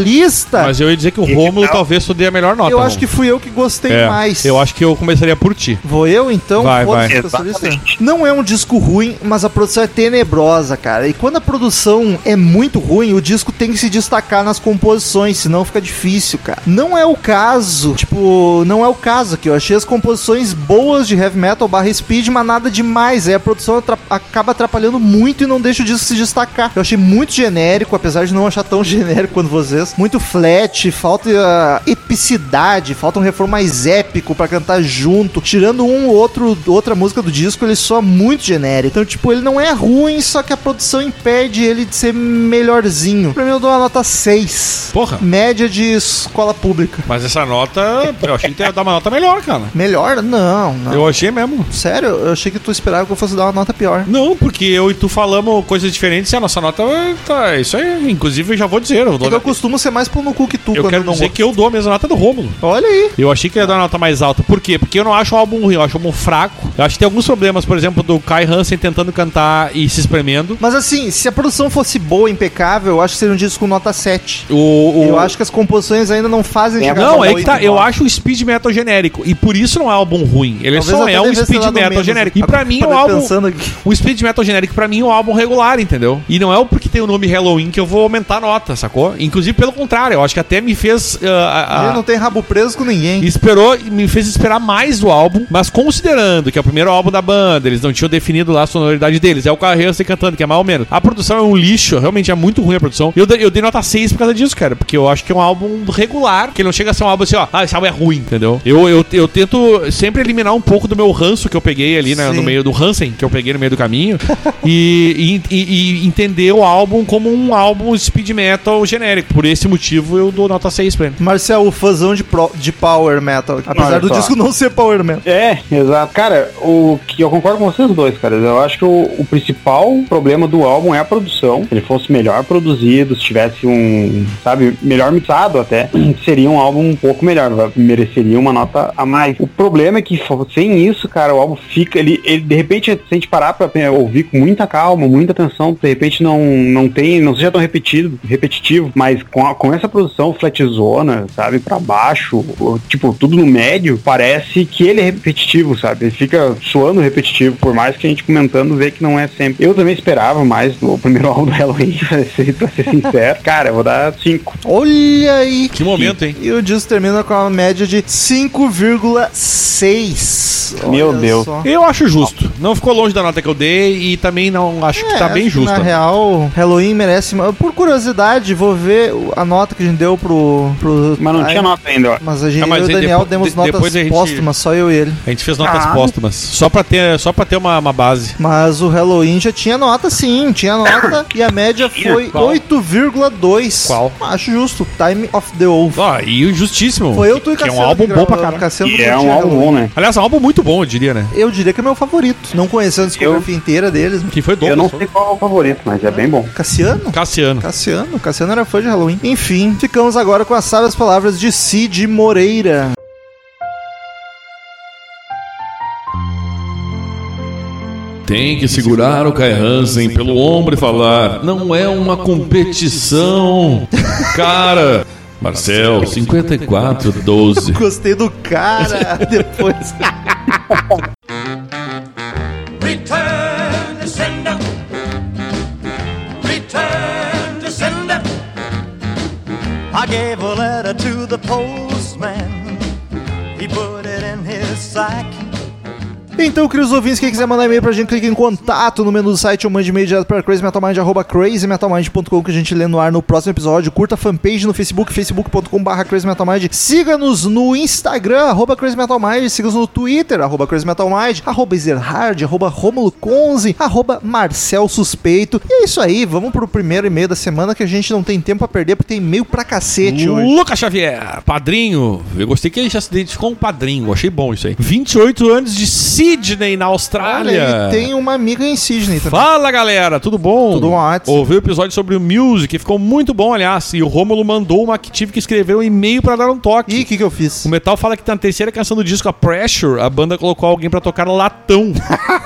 S1: especialista.
S2: Mas eu ia dizer que o Rômulo talvez tu dê a melhor nota.
S1: eu acho que
S2: Rômulo.
S1: fui eu que gostei
S2: É,
S1: mais.
S2: Eu acho que eu começaria por ti.
S1: Vou eu então?
S2: Vai,
S1: Foda-se,
S2: vai.
S1: especialista. Não é um disco ruim, mas a produção é tenebrosa. maravilhosa, cara. E quando a produção é muito ruim, o disco tem que se destacar nas composições, senão fica difícil, cara. Não é o caso, tipo, não é o caso aqui. Eu achei as composições boas de heavy metal barra speed, mas nada demais. É, a produção atra- acaba atrapalhando muito e não deixa o disco se destacar. Eu achei muito genérico, apesar de não achar tão genérico quanto vocês. Muito flat, falta ah, epicidade, falta um refrão mais épico pra cantar junto. Tirando um ou outro, outra música do disco, ele soa muito genérico. Então, tipo, ele não é ruim, só que a produção impede ele de ser melhorzinho. Pra mim, eu dou uma nota 6.
S2: Porra.
S1: Média de escola pública.
S2: Mas essa nota, eu achei que ia dar uma nota melhor, cara.
S1: Melhor? Não, não.
S2: Eu achei mesmo.
S1: Sério, eu achei que tu esperava que eu fosse dar uma nota pior.
S2: Não, porque eu e tu falamos coisas diferentes e a nossa nota é- tá. Isso aí, inclusive, eu já vou dizer. Eu, dou-
S1: É que eu costumo ser mais pau no cu que tu
S2: eu
S1: quando
S2: quero
S1: não
S2: dizer que eu dou a mesma nota do Rômulo.
S1: Olha aí.
S2: Eu achei que ia dar uma nota mais alta. Por quê? Porque eu não acho o álbum ruim, eu acho o álbum fraco. Eu acho que tem alguns problemas, por exemplo, do Kai Hansen tentando cantar e se espremendo.
S1: Mas assim, se a produção fosse boa, impecável, eu acho que seria um disco com nota 7.
S2: O, o-
S1: Eu acho que as composições ainda não fazem
S3: Não,
S1: chegar a
S2: Não,
S1: nota
S2: é que
S1: oito,
S2: tá. Eu
S1: nove.
S2: acho o speed metal genérico. E por isso não é um álbum ruim. Ele
S1: Talvez
S2: só
S1: até
S2: é um
S1: devesse ter
S2: speed
S1: dado
S2: metal
S1: menos.
S2: genérico. E
S1: Agora
S2: pra mim
S1: eu
S2: é um
S1: acabei
S2: álbum.
S1: pensando aqui.
S2: O speed metal genérico pra mim é um álbum regular, entendeu? E não é o porque tem o nome Halloween que eu vou aumentar a nota, sacou? Inclusive pelo contrário, eu acho que até me fez ah, a- a-
S1: Ele não tem rabo preso com ninguém.
S2: esperou me fez esperar mais do álbum, mas considerando que é o primeiro álbum da banda, eles não tinham definido lá a sonoridade deles, é o Carreira se cantando, que é mais ou menos. A produção é um lixo, realmente é muito ruim a produção. Eu, dei- eu dei nota 6 por causa disso, cara, porque eu acho que é um álbum regular, que ele não chega a ser um álbum assim, ó, ah, esse álbum é ruim, entendeu? Eu, eu, eu tento sempre eliminar um pouco do meu ranço que eu peguei ali né,
S1: Sim.
S2: no meio do Hansen, que eu peguei no meio do caminho, e, e- e- e entender o álbum como um álbum speed metal genérico. Por esse motivo eu dou nota 6 pra ele.
S1: Marcel, o fãzão de, pro- de power metal.
S2: Ah,
S1: Apesar
S3: Olha
S1: do
S3: só.
S1: disco não ser power metal.
S3: É, exato. Cara, o que eu concordo com vocês dois, cara. Eu acho que o, o principal problema do álbum é a produção. Se ele fosse melhor produzido, se tivesse um, sabe, melhor mixado até, seria um álbum um pouco melhor, va- mereceria uma nota a mais. O problema é que fo- sem isso, cara, o álbum fica, ele, ele de repente, se a gente parar pra pe- ouvir com muita calma, muita atenção, de repente não, não tem, não seja tão repetido, repetitivo, mas com, a- com essa produção flatzona, sabe, pra baixo, o- tipo, tudo no médio, parece que ele é repetitivo, sabe? Ele fica suando repetitivo, por mais que a gente comentando vê que não é sempre. Eu também esperava mais do primeiro álbum do Halloween, pra ser, pra ser sincero. Cara, eu vou dar 5.
S1: Olha aí.
S2: Que momento, hein?
S1: E o disco termina com uma média de 5,6.
S3: Meu
S1: Olha
S3: Deus.
S1: só.
S2: Eu acho justo. Não ficou longe da nota que eu dei e também não acho que
S1: É,
S2: tá
S1: acho
S2: bem
S1: que
S2: justo.
S1: Na real, Halloween merece. ma- Por curiosidade, vou ver o- a nota que a gente deu pro. pro
S3: Mas não
S1: Ai,
S3: tinha nota ainda, ó.
S1: Mas a gente
S2: É, mas
S1: eu e
S2: aí
S1: o Daniel
S2: depo-
S1: demos
S2: de-
S1: notas
S2: depois a gente-
S1: póstumas, só eu e ele.
S2: A gente fez notas
S3: Ah.
S2: póstumas. Só pra ter, só pra ter uma, uma base.
S1: Mas o Halloween já tinha nota, sim, tinha nota e a média foi
S2: Qual?
S1: 8,2.
S2: Qual?
S1: Acho justo. Time of the Wolf.
S2: Ó, e justíssimo.
S1: Foi eu, tu e
S2: Que é um
S1: Cassiano
S2: álbum
S1: que
S2: bom pra
S1: gravou,
S2: caralho.
S1: Cassiano
S3: E
S1: curtia
S3: é um álbum
S1: Halloween.
S3: bom, né?
S2: Aliás, é um álbum muito bom, eu diria, né?
S1: Eu diria que é meu favorito. Não conhecendo a discografia inteira deles.
S2: Que foi
S3: Eu não
S2: Douglas.
S3: sei qual é o favorito, mas é bem bom.
S1: Cassiano?
S2: Cassiano.
S1: Cassiano, Cassiano era fã de Halloween. Enfim, ficamos agora com as sábias palavras de Cid Moreira.
S7: Tem que segurar o Kai Hansen pelo ombro e falar: não é uma competição, cara. Marcel, 54, 12.
S1: Gostei do cara depois.
S8: Return to sender. Return to sender. I gave a letter to the postman. He put it in his sack.
S1: Então, queridos ouvintes, quem quiser mandar e-mail pra gente, clique em contato no menu do site ou mande e-mail direto pra crazymetalmind, arroba crazymetalmind.com que a gente lê no ar no próximo episódio. Curta a fanpage no Facebook, facebook.com barra crazymetalmind. Siga-nos no Instagram, arroba crazymetalmind. Siga-nos no Twitter, arroba crazymetalmind, arroba zerhard, arroba romulo conze, arroba marcel suspeito. E é isso aí, vamos pro primeiro e-mail da semana que a gente não tem tempo pra perder, porque tem e-mail pra cacete hoje.
S2: Lucas Xavier, padrinho. Eu gostei que ele já se identificou com um padrinho. Achei bom isso aí. 28 anos de Sydney, na Austrália.
S1: Olha, ele tem uma amiga em Sydney também.
S2: Fala galera, tudo bom?
S1: Tudo ótimo.
S2: Ouvi o episódio sobre o Music, que ficou muito bom, aliás. E o Rômulo mandou uma que tive que escrever um e-mail pra dar um toque.
S1: Ih, o que que eu fiz?
S2: O Metal fala que tá na terceira canção do disco, a Pressure, a banda colocou alguém pra tocar latão.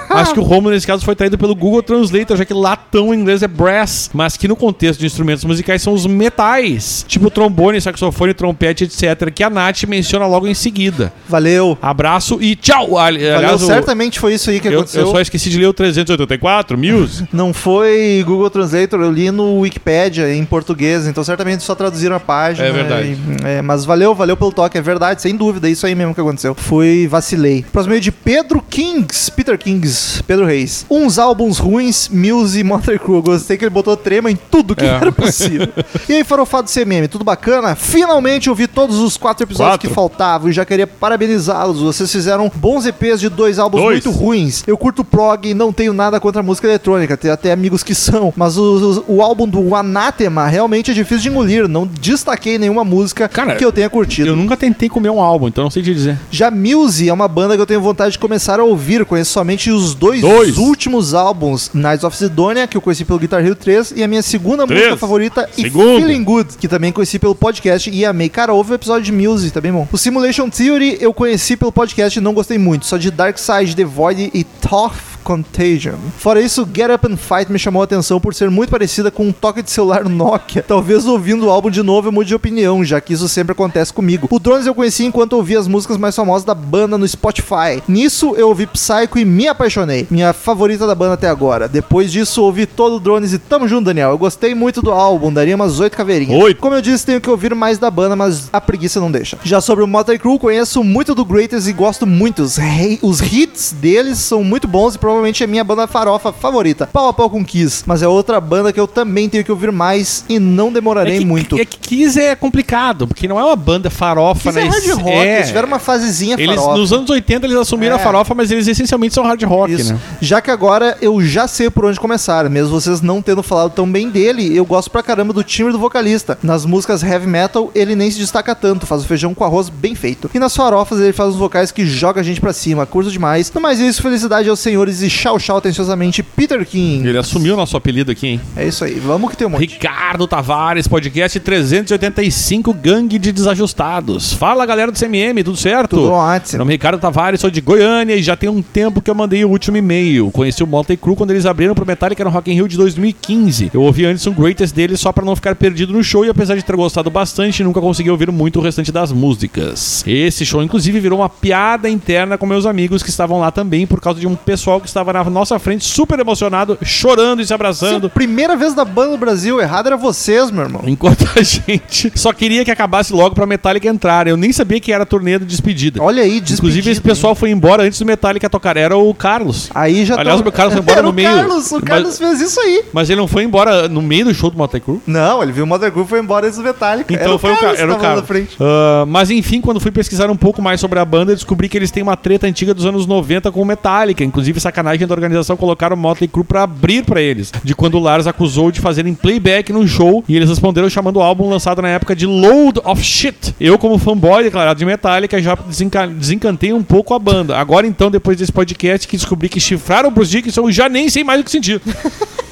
S2: Acho que o Romulo, nesse caso, foi traído pelo Google Translator, já que latão em inglês é brass, mas que no contexto de instrumentos musicais são os metais, tipo trombone, saxofone, trompete, etc., que a Nath menciona logo em seguida.
S1: Valeu.
S2: Abraço e tchau! Ali-
S1: Valeu,
S2: Aliás,
S1: Certamente foi isso aí que
S2: Eu,
S1: aconteceu.
S2: eu só esqueci de ler o 384, Muse.
S1: Não foi Google Translator, eu li no Wikipedia em português, então certamente só traduziram a página.
S2: É verdade.
S1: e- é, mas valeu, valeu pelo toque, é verdade, sem dúvida, é isso aí mesmo que aconteceu. Foi vacilei. Próximo meio de Pedro Kings, Peter Kings, Pedro Reis. Uns álbuns ruins, Muse e Motor Crew. Eu Gostei que ele botou trema em tudo
S2: É.
S1: que era possível. e aí, farofado CMM, tudo bacana? Finalmente eu vi todos os quatro episódios
S2: Quatro.
S1: que faltavam e já queria parabenizá-los. Vocês fizeram bons EPs de dois álbuns
S2: Dois.
S1: muito ruins. Eu curto prog e não tenho nada contra a música eletrônica, tenho até amigos que são, mas o, o- o álbum do Anathema realmente é difícil de engolir, não destaquei nenhuma música
S2: Cara,
S1: que eu tenha curtido.
S2: Eu nunca tentei comer um álbum, então não sei te dizer.
S1: Já Muse é uma banda que eu tenho vontade de começar a ouvir, conheço somente os dois,
S2: Dois.
S1: últimos álbuns, Nights of Sidonia, que eu conheci pelo Guitar Hero 3, e a minha segunda
S2: Três.
S1: música favorita, e
S2: Segundo.
S1: Feeling Good, que também conheci pelo podcast e amei. Cara, houve o episódio de Muse, tá bem bom. O Simulation Theory eu conheci pelo podcast e não gostei muito, só de Dark Side, The Void e Tough Contagion. Fora isso, Get Up and Fight me chamou a atenção por ser muito parecida com um toque de celular Nokia. Talvez ouvindo o álbum de novo eu mude de opinião, já que isso sempre acontece comigo. O Drones eu conheci enquanto ouvia as músicas mais famosas da banda no Spotify. Nisso eu ouvi Psycho e me apaixonei. Minha favorita da banda até agora. Depois disso ouvi todo o Drones e tamo junto, Daniel. Eu gostei muito do álbum, daria umas 8 caveirinhas.
S2: Oito.
S1: Como eu disse, tenho que ouvir mais da banda, mas a preguiça não deixa. Já sobre o Motley Crue, conheço muito do Greatest e gosto muito. Os, rei- os hits deles são muito bons e provavelmente é minha banda farofa favorita. Pau a pau com Kiss, mas é outra banda que eu também tenho que ouvir mais e não demorarei
S2: é que,
S1: muito.
S2: É que Kiss é complicado, porque não é uma banda farofa,
S1: Kiss é
S2: né?
S1: hard rock,
S2: É.
S1: eles tiveram uma fasezinha
S2: Eles,
S1: farofa.
S2: nos anos 80 eles assumiram
S1: É.
S2: a farofa, mas eles essencialmente são hard rock,
S1: Isso.
S2: né?
S1: Já que agora eu já sei por onde começar, mesmo vocês não tendo falado tão bem dele, eu gosto pra caramba do timbre do vocalista. Nas músicas heavy metal, ele nem se destaca tanto, faz o feijão com arroz bem feito. E nas farofas, ele faz os vocais que joga a gente pra cima, curto demais. No mais isso, felicidade aos senhores e tchau, tchau, atenciosamente, Peter King.
S2: Ele assumiu o nosso apelido aqui, hein?
S1: É isso aí, vamos que tem um monte.
S2: Ricardo Tavares, podcast 385, Gangue de Desajustados. Fala, galera do CMM, tudo certo?
S1: Tudo ótimo.
S2: Meu nome é Ricardo Tavares, sou de Goiânia e já tem um tempo que eu mandei o último e-mail. Conheci o Motley Crue quando eles abriram pro Metallica no Rock in Rio de 2015. Eu ouvi antes um Greatest deles só pra não ficar perdido no show e apesar de ter gostado bastante, nunca consegui ouvir muito o restante das músicas. Esse show, inclusive, virou uma piada interna com meus amigos que estavam lá também por causa de um pessoal que estava na nossa frente super emocionado, chorando e se
S1: Se
S2: abraçando.
S1: a primeira vez da banda no Brasil, errado era vocês, meu irmão.
S2: Enquanto a gente só queria que acabasse logo pra Metallica entrar. Eu nem sabia que era a turnê de despedida.
S1: Olha aí,
S2: Inclusive,
S1: despedido,
S2: esse pessoal foi embora antes do Metallica tocar. Era o Carlos.
S1: hein? Aí já
S2: Aliás,
S1: tão-
S2: o Carlos foi embora
S1: Era
S2: no
S1: o
S2: meio.
S1: Carlos, o
S2: Mas-
S1: Carlos fez isso aí.
S2: Mas ele não foi embora no meio do show do Motley Crue?
S1: Não, ele viu o Mother Group e foi embora antes do Metallica.
S2: Então foi o cara.
S1: que
S2: Era o
S1: tava lá
S2: cara.
S1: na frente.
S2: Ah, mas enfim, quando fui pesquisar um pouco mais sobre a banda, descobri que eles têm uma treta antiga dos anos 90 com o Metallica. Inclusive, sacanagem da organização colocaram o Motley Crue pra abrir pra eles. De quando o Lars acusou de fazerem playback num show e eles responderam chamando o álbum lançado na época de Load of Shit. Eu, como fanboy declarado de Metallica, já desenca- desencantei um pouco a banda. Agora então, depois desse podcast que descobri que chifraram o Bruce Dickinson, eu já nem sei mais o que sentir.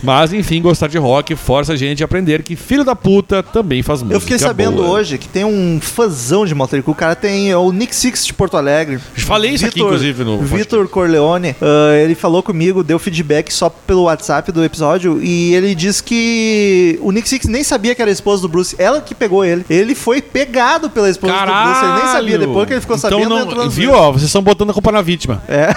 S2: Mas enfim, gostar de rock força a gente a aprender que filho da puta também faz música.
S1: Eu fiquei sabendo
S2: boa.
S1: hoje que tem um fãzão de Motley Crue. O cara tem é o Nick Six de Porto Alegre.
S2: Falei isso aqui, inclusive, no podcast.
S1: Vitor Corleone. ah, ele falou comigo, deu feedback só pelo WhatsApp do episódio. E ele disse que o Nick Six nem sabia que era a esposa do Bruce. Ela que pegou ele. Ele foi pegado pela esposa do Bruce. Ele nem sabia. Depois que ele ficou
S2: então
S1: sabendo,
S2: não-
S1: entrou nas
S2: Viu,
S1: redes.
S2: ó, vocês estão botando a culpa na vítima.
S1: É,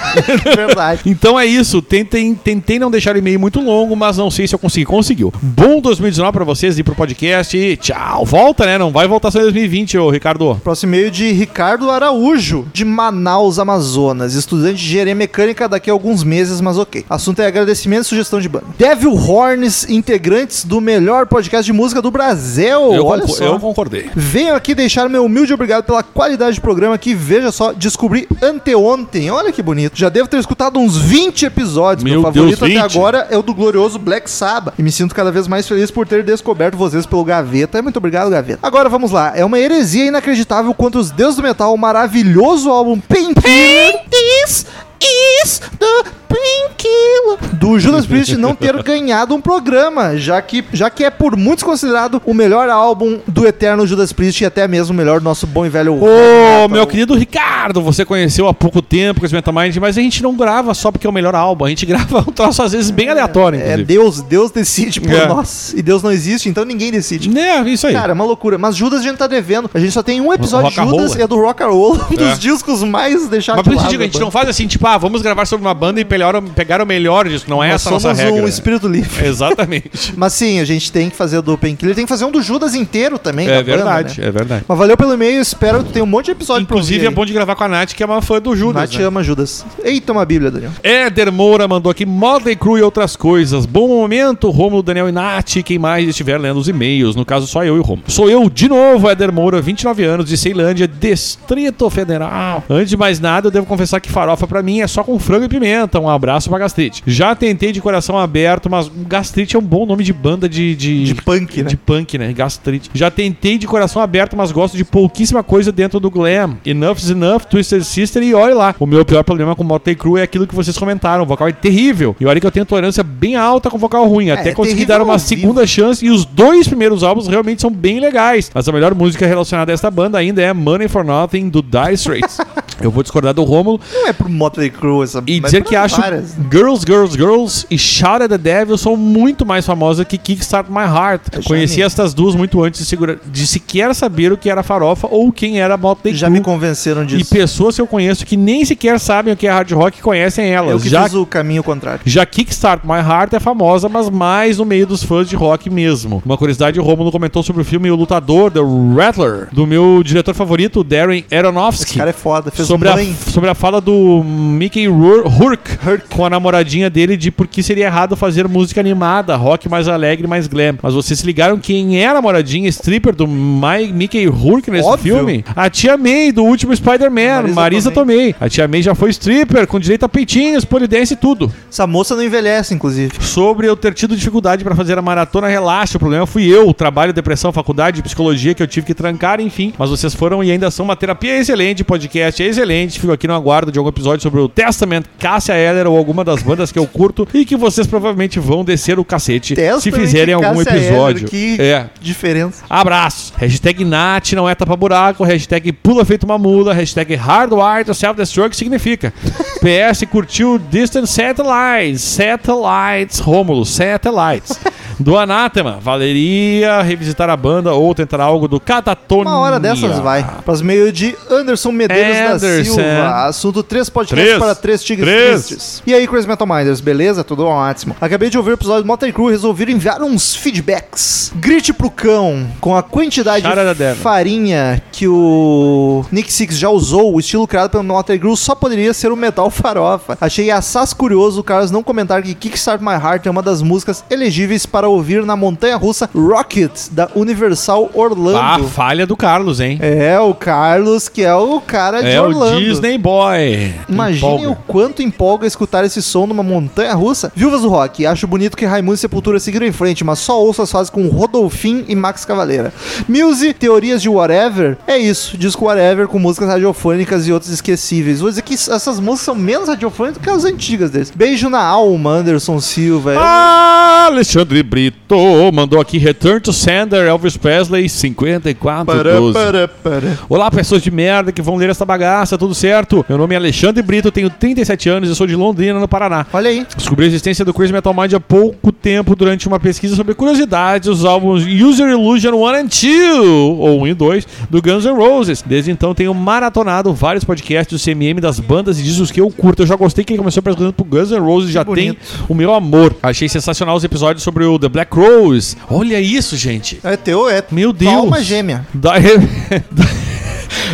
S1: verdade.
S2: Então é isso, tentem, tentei não deixar o e-mail muito longo, mas não sei se eu consegui. Conseguiu. Bom 2019 pra vocês e pro podcast. E tchau. Volta, né? Não vai voltar só em 2020, ô Ricardo.
S1: Próximo e-mail de Ricardo Araújo, de Manaus, Amazonas. Estudante de engenharia mecânica daqui a alguns meses, mas ok. Assunto é agradecimento e sugestão de banda. Devil Horns, integrantes do melhor podcast de música do Brasil.
S2: eu,
S1: Olha
S2: concor-
S1: só.
S2: eu concordei.
S1: Venho aqui deixar meu humilde obrigado pela qualidade do programa que, veja só, descobri anteontem. Olha que bonito. Já devo ter escutado uns 20 episódios.
S2: Meu
S1: favorito
S2: Deus,
S1: até
S2: 20?
S1: agora é o do glorioso Black Sabbath. E me sinto cada vez mais feliz por ter descoberto vocês pelo Gaveta. Muito obrigado, Gaveta. Agora vamos lá. É uma heresia inacreditável quanto os deuses do metal, o maravilhoso álbum Pain Killer- This is the tranquilo. Do Judas Priest não ter ganhado um programa, já que, já que é por muitos considerado o melhor álbum do eterno Judas Priest e até mesmo o melhor nosso bom e velho.
S2: Ô,
S1: Metal.
S2: meu querido Ricardo, você conheceu há pouco tempo com o Mind, mas a gente não grava só porque é o melhor álbum. A gente grava um troço às vezes bem aleatório,
S1: É
S2: inclusive.
S1: Deus, Deus decide por
S2: É.
S1: nós. E Deus não existe, então ninguém decide.
S2: É, isso aí.
S1: Cara, é uma loucura. Mas Judas a gente tá devendo. A gente só tem um episódio de
S2: Rock'n'Roll.
S1: Judas e é do Rock and Roll, um dos
S2: É.
S1: discos mais deixados
S2: Mas
S1: de lado.
S2: por isso que eu digo, a gente
S1: da
S2: não
S1: Tá banda.
S2: faz assim, tipo, ah, vamos gravar sobre uma banda e pegaram, pegaram o melhor disso. Não é
S1: Nós
S2: essa a nossa
S1: somos
S2: regra.
S1: um espírito livre.
S2: Exatamente.
S1: Mas sim, a gente tem que fazer o do Painkiller. Tem que fazer um do Judas inteiro também. da
S2: É
S1: banda,
S2: verdade,
S1: né?
S2: é verdade.
S1: Mas valeu pelo e-mail. Espero que tenha um monte de episódio
S2: Inclusive, é
S1: pra ouvir.
S2: bom de gravar com a Nath, que é uma fã do
S1: aí.
S2: Judas.
S1: Nath
S2: né?
S1: ama Judas. Eita, uma bíblia, Daniel.
S2: Éder Moura mandou aqui Motley Crew e outras coisas. Bom momento, Romulo, Daniel e Nath. Quem mais estiver lendo os e-mails, no caso só eu e o Romulo. Sou eu de novo, Éder Moura, 29 anos, de Ceilândia, Distrito Federal. Antes de mais nada, eu devo confessar que farofa pra mim é só com frango e pimenta. Um abraço pra gastrite. Já tentei de coração aberto, mas gastrite é um bom nome de banda de-
S1: De punk, né?
S2: de punk, né? Gastrite. Já tentei de coração aberto, mas gosto de pouquíssima coisa dentro do glam. Enough's Enough, Twisted Sister e olha lá. O meu pior problema com Motley Crue é aquilo que vocês comentaram. O vocal é terrível. E olha que eu tenho tolerância bem alta com vocal ruim. Até
S1: é
S2: consegui
S1: terrível
S2: dar uma
S1: ao vivo.
S2: segunda chance e os dois primeiros álbuns realmente são bem legais. Mas a melhor música relacionada a esta banda ainda é Money for Nothing, do Dire Straits. eu vou discordar do Rômulo
S1: Não é pro Motley Crue essa
S2: e
S1: mas
S2: dizer
S1: pra
S2: que acho
S1: várias. né?
S2: Girls, Girls, Girls e Shout at the Devil são muito mais famosas que Kickstart My Heart. Conheci
S1: me-
S2: estas duas muito antes de, segura... de sequer saber o que era farofa ou quem era Motley
S1: Já
S2: Crue.
S1: me convenceram
S2: E
S1: disso.
S2: pessoas que eu conheço que nem sequer sabem o que é hard rock e conhecem
S1: Eu
S2: elas.
S1: que
S2: Já
S1: fiz o caminho contrário.
S2: já Kickstart My Heart é famosa, mas mais no meio dos fãs de rock mesmo. Uma curiosidade, o Romulo comentou sobre o filme O Lutador, The Rattler, do meu diretor favorito, Darren Aronofsky.
S1: Esse cara é foda. Fez
S2: sobre, a,
S1: Mãe.
S2: sobre a fala do Mickey Rour- Rourke com a namoradinha dele de por que seria errado fazer música animada, rock mais alegre, mais glam. Mas vocês se ligaram quem é a namoradinha stripper do My, Mickey Rourke nesse
S1: Óbvio.
S2: filme? A tia May, do último Spider-Man, Marisa,
S1: Marisa
S2: Tomei. A tia May já foi stripper, com direito a peitinhos, polidense e tudo.
S1: Essa moça não envelhece, inclusive.
S2: Sobre eu ter tido dificuldade pra fazer a maratona, relaxa. O problema fui eu. Trabalho, depressão, faculdade de psicologia que eu tive que trancar, enfim. Mas vocês foram e ainda são uma terapia excelente, podcast é excelente. Fico aqui no aguardo de algum episódio sobre o Testament, Cássia Eller ou alguma das bandas que eu curto e que vocês provavelmente vão descer o cacete se
S1: Testament
S2: fizerem
S1: e
S2: algum
S1: Cássia Eller,
S2: episódio.
S1: que-
S2: É.
S1: Diferença.
S2: Abraço. Hashtag Nath não é tapa buraco. Hashtag pula feito uma mula. Hashtag hardwire to self-destruct significa. PS curtiu Distant Satellites. Satellites. Rômulo, Satellites. Do Anátema. Valeria revisitar a banda ou tentar algo do Catatonia.
S1: Uma hora dessas vai. Pras meio de Anderson Medeiros da
S2: Anderson.
S1: Silva. Assunto três podcasts
S2: Três.
S1: para três tigres
S2: Três.
S1: tristes. E aí, Crazy Metal Minders, beleza? Tudo ótimo. Acabei de ouvir o episódio do Motley Crew e resolvi enviar uns feedbacks. Grite pro cão com a quantidade
S2: Cara da
S1: de
S2: dela.
S1: farinha que o Nick Six já usou, o estilo criado pelo Motley Crew só poderia ser o metal farofa. Achei assaz curioso o Carlos não comentar que Kickstart My Heart é uma das músicas elegíveis para ouvir na montanha-russa Rocket, da Universal Orlando.
S2: A Ah, falha do Carlos, hein?
S1: É, o Carlos, que é o cara de
S2: É o
S1: Orlando.
S2: Disney Boy.
S1: Imaginem
S2: Empolga.
S1: o quanto empolga escutar esse som numa montanha russa. Viúvas do Rock, acho bonito que Raimundo e Sepultura seguiram em frente, mas só ouço as fases com Rodolfim e Max Cavaleira. Muse, teorias de Whatever, é isso, disco Whatever com músicas radiofônicas e outras esquecíveis. Vou dizer que essas músicas são menos radiofônicas que as antigas deles. Beijo na alma, Anderson Silva. É
S2: Ah!
S1: um-
S2: Alexandre Brito mandou aqui Return to Sender, Elvis Presley, 5412. Olá, pessoas de merda que vão ler essa bagaça, tudo certo? Meu nome é Alexandre Brito, tenho 37 anos e sou de Londrina, no Paraná.
S1: Olha aí.
S2: Descobri a existência do Crazy Metal Mind há pouco tempo durante uma pesquisa sobre curiosidades dos álbuns User Illusion 1 and 2, ou 1 e 2, do Guns N' Roses. Desde então tenho maratonado vários podcasts do CMM das bandas e discos que eu curto. Eu já gostei que ele começou perguntando pro Guns N' Roses, já tem
S1: bonito.
S2: o meu amor. Achei sensacional os episódios sobre o The Black Rose. Olha isso, gente.
S1: É teu, é
S2: Meu
S1: tua alma
S2: Deus.
S1: gêmea.
S2: Dark,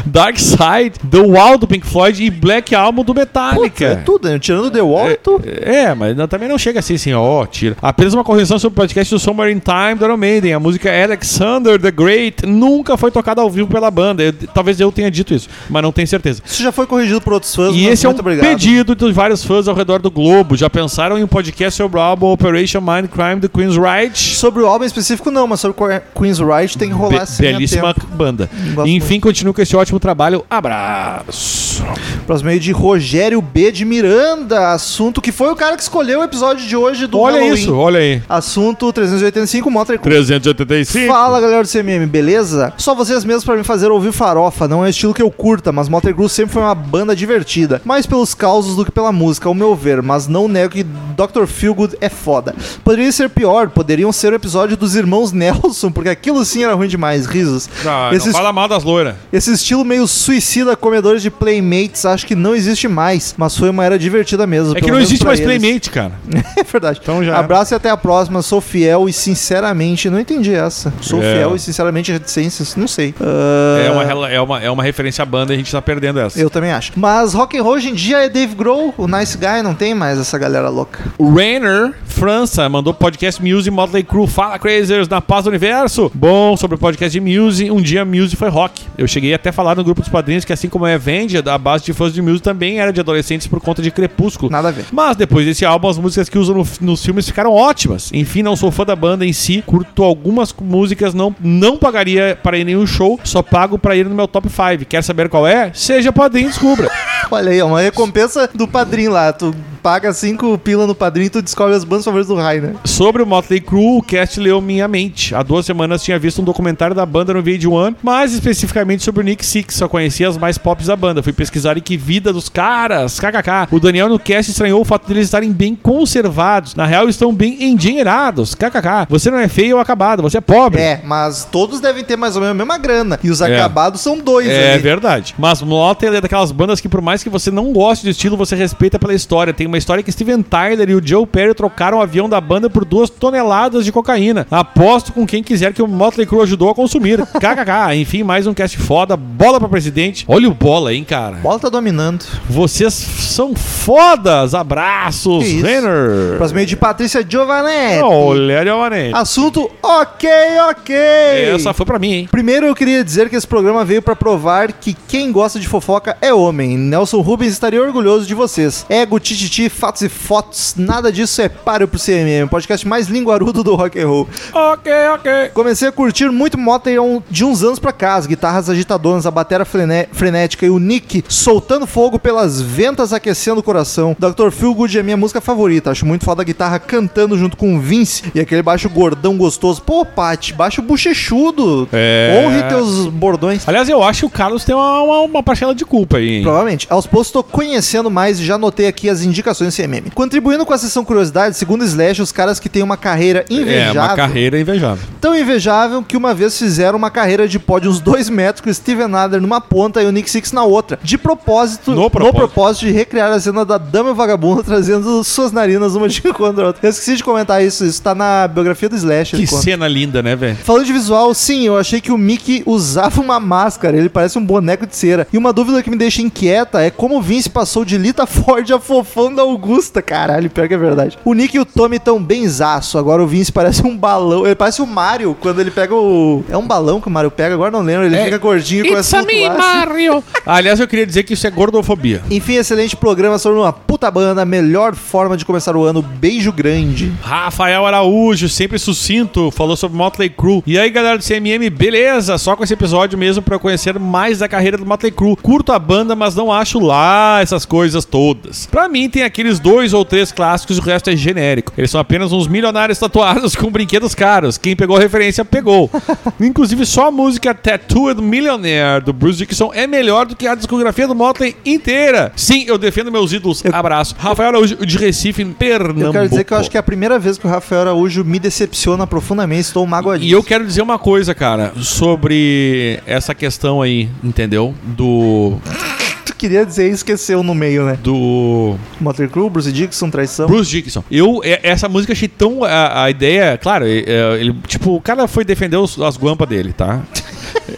S2: Dark Side, The Wall do Pink Floyd e Black Album do
S1: Putz, é
S2: Metallica.
S1: tudo, né? Tirando The Wall, é, tudo.
S2: É, mas não- também não chega assim, assim, ó, tira. Apenas uma correção sobre o podcast do Summer in Time do Iron Maiden. A música Alexander the Great nunca foi tocada ao vivo pela banda. Eu- talvez eu tenha dito isso, mas não tenho certeza.
S1: Isso já foi corrigido por outros fãs,
S2: E
S1: mas
S2: esse é um
S1: muito obrigado.
S2: pedido de vários fãs ao redor do globo. Já pensaram em um podcast sobre o álbum Operation Mind Crime do Queen's Right?
S1: Sobre o álbum específico, não, mas sobre Queen's Right tem que rolar
S2: Be-
S1: assim. a
S2: belíssima
S1: tempo.
S2: banda.
S1: Gosto
S2: Enfim, continuo com esse ótimo ótimo trabalho. Abraço.
S1: Próximo meio de Rogério B. de Miranda. Assunto que foi o cara que escolheu o episódio de hoje do
S2: olha
S1: Halloween.
S2: isso, olha aí.
S1: Assunto 385, Motor
S7: 385.
S1: Fala galera do CMM, beleza? Só vocês mesmos pra me fazer ouvir farofa, não é um estilo que eu curta, mas Motley Crue sempre foi uma banda divertida, mais pelos causos do que pela música, ao meu ver, mas não nego que Dr. Feelgood é foda. Poderia ser pior, poderiam ser o episódio dos irmãos Nelson, porque aquilo sim era ruim demais, risos.
S2: Ah,
S1: Esses-
S2: Não fala mal das loiras.
S1: esse estilo meio suicida, comedores de Playmates, acho que não existe mais, mas foi uma era divertida mesmo.
S2: É que
S1: pelo
S2: não
S1: menos
S2: existe
S1: pra
S2: mais
S1: eles.
S2: Playmate, cara.
S1: É verdade.
S2: Então já era.
S1: Abraço e até a próxima. Sou fiel e sinceramente. Não entendi essa. Sou
S2: É.
S1: fiel e sinceramente reticências. Não sei. Ah,
S2: É, uma, rela- é, uma, é uma referência à banda e a gente tá perdendo essa.
S1: Eu também acho. Mas rock and roll hoje em dia é Dave Grohl, o Nice Guy, não tem mais essa galera louca.
S2: O Rainer França mandou podcast Muse e Motley Crue. Fala, Crazers, na paz do universo. Bom, sobre o podcast de Muse, um dia Muse foi rock. Eu cheguei até a falar no grupo dos padrinhos que assim como é Avenger, a base de fãs de Muse também era de adolescentes por conta de Crepúsculo.
S1: Nada a ver.
S2: Mas depois desse álbum, as músicas que usam no- nos filmes ficaram ótimas. Enfim, não sou fã da banda em si, curto algumas músicas, não, não pagaria para ir em nenhum show, só pago para ir no meu top 5. Quer saber qual é? Seja padrinho, e descubra.
S1: Olha aí, é uma recompensa do padrinho lá. Tu paga cinco pila no padrinho e tu descobre as bandas favoritas do Rainer.
S2: Sobre o Motley Crue, o cast leu minha mente. Há duas semanas tinha visto um documentário da banda no Video One, mas especificamente sobre o Nick Six. Só conhecia as mais pops da banda. Fui pesquisar e que vida dos caras! KKK. O Daniel no cast estranhou o fato deles estarem bem conservados. Na real, estão bem endinheirados. KKK. Você não é feio ou acabado, você é pobre.
S1: É, mas todos devem ter mais ou menos a mesma grana. E os
S2: É.
S1: acabados são dois
S2: É
S1: ali.
S2: verdade. Mas Motley é daquelas bandas que, por mais que você não goste do estilo, você respeita pela história. Tem uma história que Steven Tyler e o Joe Perry trocaram o avião da banda por duas toneladas de cocaína. Aposto com quem quiser que o Motley Crue ajudou a consumir. KKK. Enfim, mais um cast foda. Bola pra presidente. Olha o bola, hein, cara.
S1: Bola tá dominando.
S2: Vocês são fodas. Abraços,
S1: Que isso.
S2: Renner.
S1: Próximo meio de Patrícia Giovanetti.
S2: Olha, Giovanni.
S1: Assunto ok, ok.
S2: É, Essa foi pra mim, hein.
S1: Primeiro eu queria dizer que esse programa veio pra provar que quem gosta de fofoca é homem. Nelson Rubens estaria orgulhoso de vocês. Ego, tititi, fatos e fotos, nada disso é páreo pro CMM, o podcast mais linguarudo do rock and roll.
S2: Ok, ok.
S1: Comecei a curtir muito Motley há um- de uns anos pra cá, as guitarras agitadoras, a batera frené- frenética e o Nick soltando fogo pelas ventas aquecendo o coração. Dr. Feelgood é minha música favorita, acho muito foda a guitarra cantando junto com o Vince e aquele baixo gordão gostoso. Pô, Paty, baixo bochechudo.
S2: É.
S1: Honre teus bordões.
S2: Aliás, eu acho que o Carlos tem uma, uma, uma parcela de culpa aí, hein?
S1: Provavelmente. Aos poucos tô conhecendo mais e já notei aqui as indicações do CMM. Contribuindo com a sessão curiosidade, segundo Slash, os caras que têm uma carreira invejável...
S2: É, uma carreira invejável.
S1: tão invejável que uma vez fizeram uma carreira de pódio uns dois metros com o Steven Adler numa ponta e o Nick Six na outra, de propósito,
S2: No propósito.
S1: de recriar a cena da dama e o vagabundo trazendo suas narinas uma de contra a outra. Eu esqueci de comentar isso, isso tá na biografia do Slash. ele
S2: Que
S1: conta.
S2: cena linda, né, velho?
S1: Falando de visual, sim, eu achei que o Mickey usava uma máscara, ele parece um boneco de cera. E uma dúvida que me deixa inquieta é como o Vince passou de Lita Ford a fofão da Augusta. Caralho, pior que é verdade. O Nick e o Tommy tão benzaço, agora o Vince parece um balão, ele parece o Mario quando ele pega o... É um balão que o Mario pega, agora não lembro,
S2: É,
S1: ele fica gordinho com essa
S2: Mario! Aliás, eu queria dizer que isso é gordofobia.
S1: Enfim, excelente programa sobre uma puta banda, melhor forma de começar o ano, beijo grande.
S2: Rafael Araújo, sempre sucinto, falou sobre Motley Crue. E aí, galera do CMM, beleza? Só com esse episódio mesmo pra eu conhecer mais da carreira do Motley Crue. Curto a banda, mas não acho lá essas coisas todas. Pra mim, tem aqueles dois ou três clássicos, o resto é genérico. Eles são apenas uns milionários tatuados com brinquedos caros. Quem pegou a referência, pegou. Inclusive, só a música Tattooed Millionaire do Bruce Dickinson é melhor do que a discografia do Motley inteira. Sim, eu defendo meus ídolos. Abraço. Rafael Araújo, de Recife, Pernambuco.
S1: Eu quero dizer que eu acho que é a primeira vez que o Rafael Araújo me decepciona profundamente, estou magoadinho.
S2: E eu quero dizer uma coisa, cara, sobre essa questão aí, entendeu? Do.
S1: Tu queria dizer e esqueceu no meio, né?
S2: Do.
S1: Motor Crew, Bruce Dixon, traição.
S2: Bruce Dickinson. Eu, é- essa música achei tão. A, a ideia, claro, é- é, ele. Tipo, o cara foi defender os- as guampas dele, tá?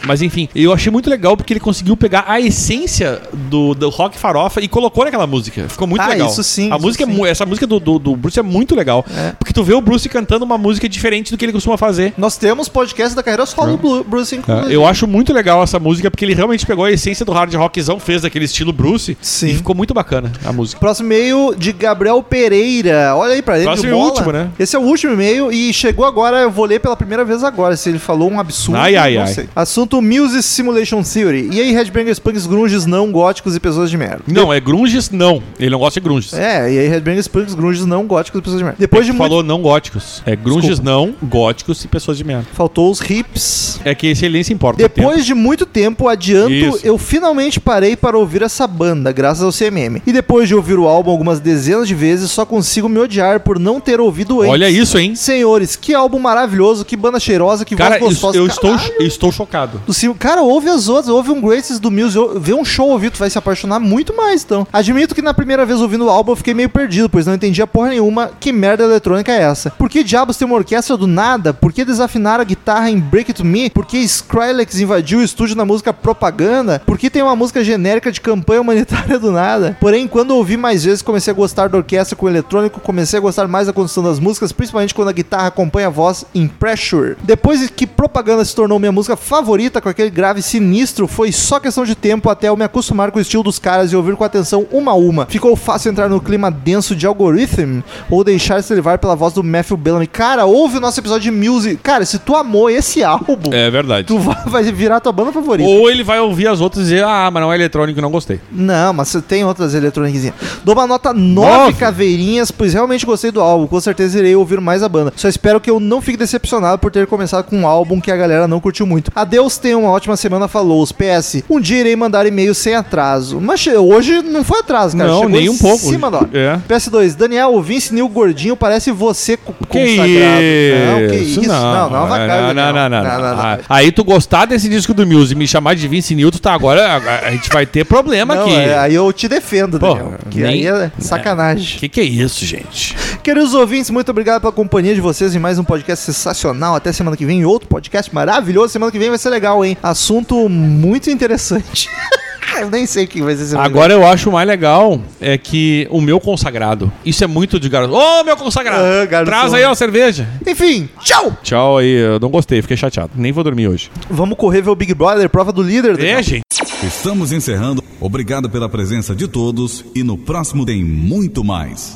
S2: Mas enfim, eu achei muito legal porque ele conseguiu pegar a essência do, do rock farofa e colocou naquela música. Ficou muito
S1: Ah,
S2: legal.
S1: isso sim,
S2: A
S1: isso
S2: música é
S1: sim.
S2: mu- essa música do, do, do Bruce é muito legal. Porque tu vê o Bruce cantando uma música diferente do que ele costuma fazer.
S1: Nós temos podcast da carreira solo do Bruce,
S2: É,
S1: inclusive.
S2: Eu acho muito legal essa música porque ele realmente pegou a essência do hard rockzão, fez daquele estilo Bruce
S1: Sim.
S2: e ficou muito bacana a música.
S1: Próximo e-mail de Gabriel Pereira. Olha aí pra ele.
S2: Próximo
S1: de
S2: e
S1: bola.
S2: último, né?
S1: Esse é o último e-mail e chegou agora. Eu vou ler pela primeira vez agora. Se ele falou um absurdo,
S2: Ai, ai,
S1: não
S2: ai.
S1: sei. As- assunto Music Simulation Theory. E aí, Headbangers, punks, grunges, não góticos e pessoas de merda.
S2: Não, é grunges? Não. Ele não gosta de grunges.
S1: É, e aí, Headbangers, punks, grunges, não góticos e pessoas de merda. Depois de
S2: Tu
S1: muito...
S2: falou não góticos. É grunges não, góticos e pessoas de merda.
S1: Faltou os hips.
S2: É que esse ele nem se importa. com o tempo.
S1: Depois de muito tempo, adianto,
S2: Isso.
S1: eu finalmente parei para ouvir essa banda, graças ao CMM. E depois de ouvir o álbum algumas dezenas de vezes, só consigo me odiar por não ter ouvido antes.
S2: Olha isso, hein?
S1: Senhores, que álbum maravilhoso, que banda cheirosa, que
S2: Cara,
S1: voz
S2: isso-
S1: gostosa.
S2: eu estou,
S1: Caralho.
S2: eu estou chocado.
S1: Do Sil- Cara, ouve as outras, ouve um Graces do Muse, ou- vê um show ouvir, tu vai se apaixonar muito mais, então. Admito que na primeira vez ouvindo o álbum eu fiquei meio perdido, pois não entendia porra nenhuma que merda eletrônica é essa. Por que diabos tem uma orquestra do nada? Por que desafinar a guitarra em Break It To Me? Por que Skrillex invadiu o estúdio na música Propaganda? Por que tem uma música genérica de campanha humanitária do nada? Porém, quando ouvi mais vezes, comecei a gostar da orquestra com eletrônico, comecei a gostar mais da construção das músicas, principalmente quando a guitarra acompanha a voz em Pressure. Depois que Propaganda se tornou minha música favorita com aquele grave sinistro, foi só questão de tempo até eu me acostumar com o estilo dos caras e ouvir com atenção uma a uma. Ficou fácil entrar no clima denso de Algorithm ou deixar-se levar pela voz do Matthew Bellamy. Cara, ouve o nosso episódio de Music. Cara, se tu amou esse álbum,
S2: É verdade.
S1: tu vai vai virar tua banda favorita.
S2: Ou ele vai ouvir as outras e dizer, ah, mas não é eletrônico, não gostei.
S1: Não, mas você tem outras eletrônicas. Dou uma nota 9
S2: Nove?
S1: caveirinhas, pois realmente gostei do álbum. Com certeza irei ouvir mais a banda. Só espero que eu não fique decepcionado por ter começado com um álbum que a galera não curtiu muito. Adeus, tenha uma ótima semana, falou. Os PS. Um dia irei mandar e-mail sem atraso. Mas che- hoje não foi atraso, cara.
S2: Não,
S1: Chegou
S2: nem
S1: em
S2: um pouco.
S1: Cima da hora.
S2: É.
S1: PS2, Daniel, o Vince Neil Gordinho parece você co-
S2: Que
S1: consagrado. Não, que
S2: isso?
S1: isso? Não, é não,
S2: não,
S1: avacalha,
S2: não, não,
S1: Daniel.
S2: não,
S1: Não,
S2: não,
S1: não, não.
S2: Ah, Aí tu gostar desse disco do Muse e me chamar de Vince Newton, tá, agora a, a gente vai ter problema
S1: Não,
S2: aqui.
S1: é, aí eu te defendo,
S2: Pô,
S1: Daniel. que
S2: nem-
S1: aí é sacanagem.
S2: Que que é isso, gente?
S1: Queridos ouvintes, muito obrigado pela companhia de vocês em mais um podcast sensacional. Até semana que vem, outro podcast maravilhoso. Semana que vem vai ser legal, hein? Assunto muito interessante. Eu nem sei o que vai ser semana
S2: Agora eu acho o mais legal é que o meu consagrado, isso é muito de garoto. Ô, meu consagrado,
S1: Ah, garoto.
S2: traz aí uma cerveja.
S1: que vem. Enfim, tchau!
S2: Tchau aí, eu não gostei, fiquei chateado. Nem vou dormir hoje.
S1: Vamos correr ver o Big Brother, prova do líder.
S2: É, gente.
S9: Estamos encerrando. Obrigado pela presença de todos e no próximo tem muito mais.